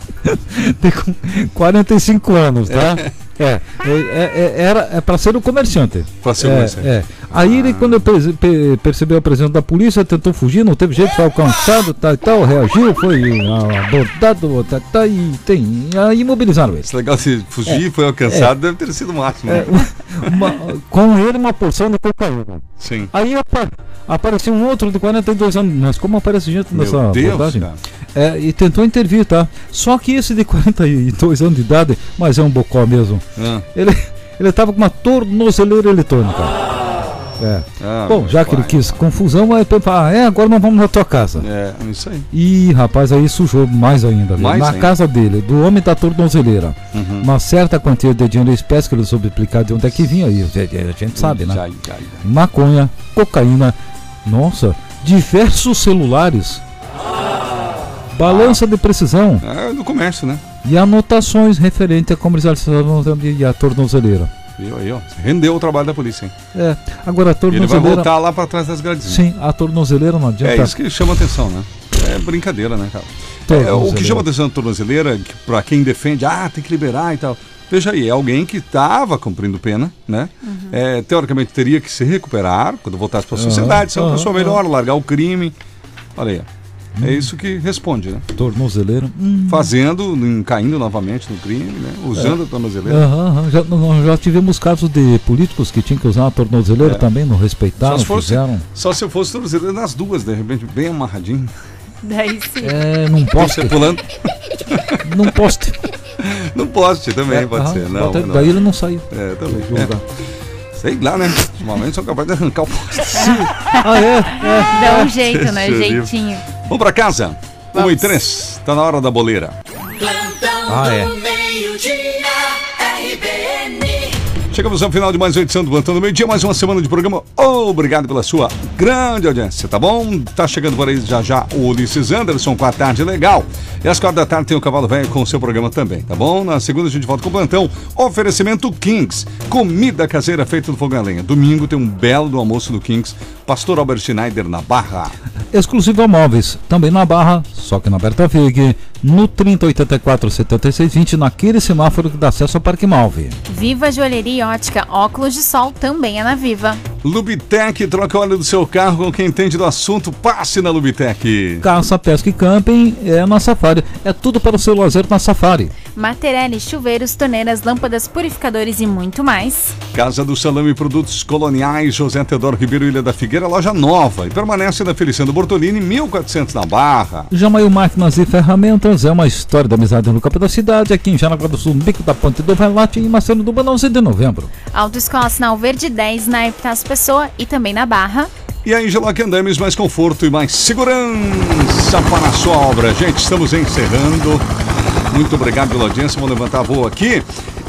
*laughs* de com 45 anos, tá? É, é, é- é- era é para ser o comerciante. Pra ser o É, comerciante. é. Aí Ah. ele, quando perce- pe- percebeu a presença da polícia, tentou fugir, não teve jeito, foi alcançado, tal e tal, reagiu, foi ah, abordado, tá, tá, e tem, aí imobilizaram ele. Isso é legal se fugir, foi alcançado, deve ter sido o máximo. É, né? uma- uma- com ele uma porção de cocaína. Sim. Aí apa- apareceu um outro de 42 anos. Mas como aparece gente Meu nessa Deus, abordagem? cara. É, e tentou intervir, tá? Só que esse de 42 anos de idade, mas é um bocó mesmo. Ah. Ele, ele tava com uma tornozeleira eletrônica. É. Ah, Bom, meu já que ele pai. quis confusão, aí ele fala, ah, é, agora nós vamos na tua casa. É, isso aí. Ih, rapaz, aí sujou mais ainda. viu? Mais Na ainda. Uhum. casa dele, do homem da tornozeleira. Uma certa quantia de dinheiro em espécie que ele soube explicar de onde é que vinha. aí. a gente sabe, né? Já, já, já. maconha, cocaína, nossa, diversos celulares, Ah. balança de precisão É do comércio, né? e anotações referentes à comercialização e à tornozeleira. Viu aí, ó. Rendeu o trabalho da polícia, hein? É, agora a E ele vai tornozeleira. voltar lá pra trás das gradinhas. Sim, tá. a tornozeleira não adianta. É isso que chama atenção, né? É brincadeira, né, cara? Tornozeleira. É, o que chama atenção da tornozeleira, que, pra quem defende, ah, tem que liberar e tal. Veja aí, é alguém que estava cumprindo pena, né? É, teoricamente teria que se recuperar quando voltasse para a Aham, sociedade, ser uma aham, pessoa melhor, largar o crime. Olha aí, ó. é isso que responde, né? Tornozeleira. Hum. É. Fazendo, em- caindo novamente no crime, né? Usando a tornozeleira. Aham, aham, já, nós já tivemos casos de políticos que tinham que usar a tornozeleira É. também, não respeitaram, só, se fosse, *laughs* fizeram. só se eu fosse tornozeleira nas duas, de repente, bem amarradinho. Daí sim. *laughs* É, num poste, Você pulando. num *laughs* poste. No poste também, pode É. Aham, ser. Não, bota- não. Daí ele não saiu. É, também. do lugar. É. Sei lá, né? Ultimamente sou capaz de arrancar o poste. Ah, é? é. Dá um jeito, Deixa né? eu ver. Jeitinho. Vamos pra casa? 1 e 3. Tá na hora da boleira. Plantão Ah, é. do meio-dia, RBN. Chegamos ao final de mais uma edição do Plantão do Meio Dia, mais uma semana de programa. Obrigado pela sua grande audiência, tá bom? Tá chegando por aí já já o Ulisses Anderson com a tarde legal. E às quatro da tarde tem o Cavalo Velho com o seu programa também, tá bom? Na segunda a gente volta com o Plantão. Oferecimento Kings, comida caseira feita no fogão a lenha. Domingo tem um belo do almoço do Kings, Pastor Albert Schneider na Barra. Exclusiva Móveis, também na Barra, só que na Berta Vig, no 3084-7620, naquele semáforo que dá acesso ao Parque Malve. Viva Joalheria e Ótica, óculos de sol também é na Viva. Lubitec, troca o óleo do seu carro com quem entende do assunto. Passe na Lubitec. Caça, pesca e camping é na Safari. É tudo para o seu lazer na Safari. Materelli, chuveiros, torneiras, lâmpadas, purificadores e muito mais. Casa do Salame Produtos Coloniais, José Teodoro Ribeiro, Ilha da Figueira, loja nova. E permanece na Feliciano Bortolini, 1400 na Barra. Jamaio Máquinas e Ferramentas é uma história da amizade no campo da cidade, aqui em Jaraguá do Sul, no Bico da Ponte do Velate e Marcelo do Banão, 11 de novembro. Autoescola Sinal Verde 10 na Epitácio Pessoa e também na Barra. E a Engeloc Andames, mais conforto e mais segurança para a sua obra. Gente, estamos encerrando. Muito obrigado pela audiência. Vamos levantar a voo aqui.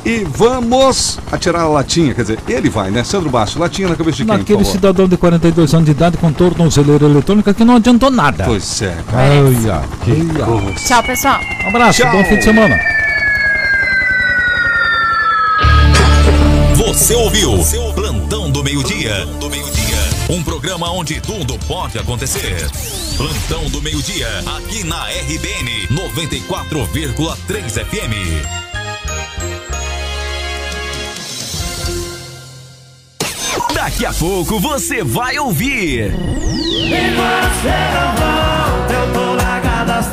E vamos atirar a latinha. Quer dizer, ele vai, né? Sandro Basso, latinha na cabeça de quem, Naquele por favor? cidadão de 42 anos de idade com tornozeleira eletrônica que não adiantou nada. Pois é, cara. Olha, olha. Tchau, pessoal. Um abraço, Tchau. bom fim de semana. Você ouviu? Seu plantão do meio-dia. Do meio-dia. Um programa onde tudo pode acontecer. Plantão do meio-dia, aqui na RBN 94,3 FM. Daqui a pouco você vai ouvir. E você não vai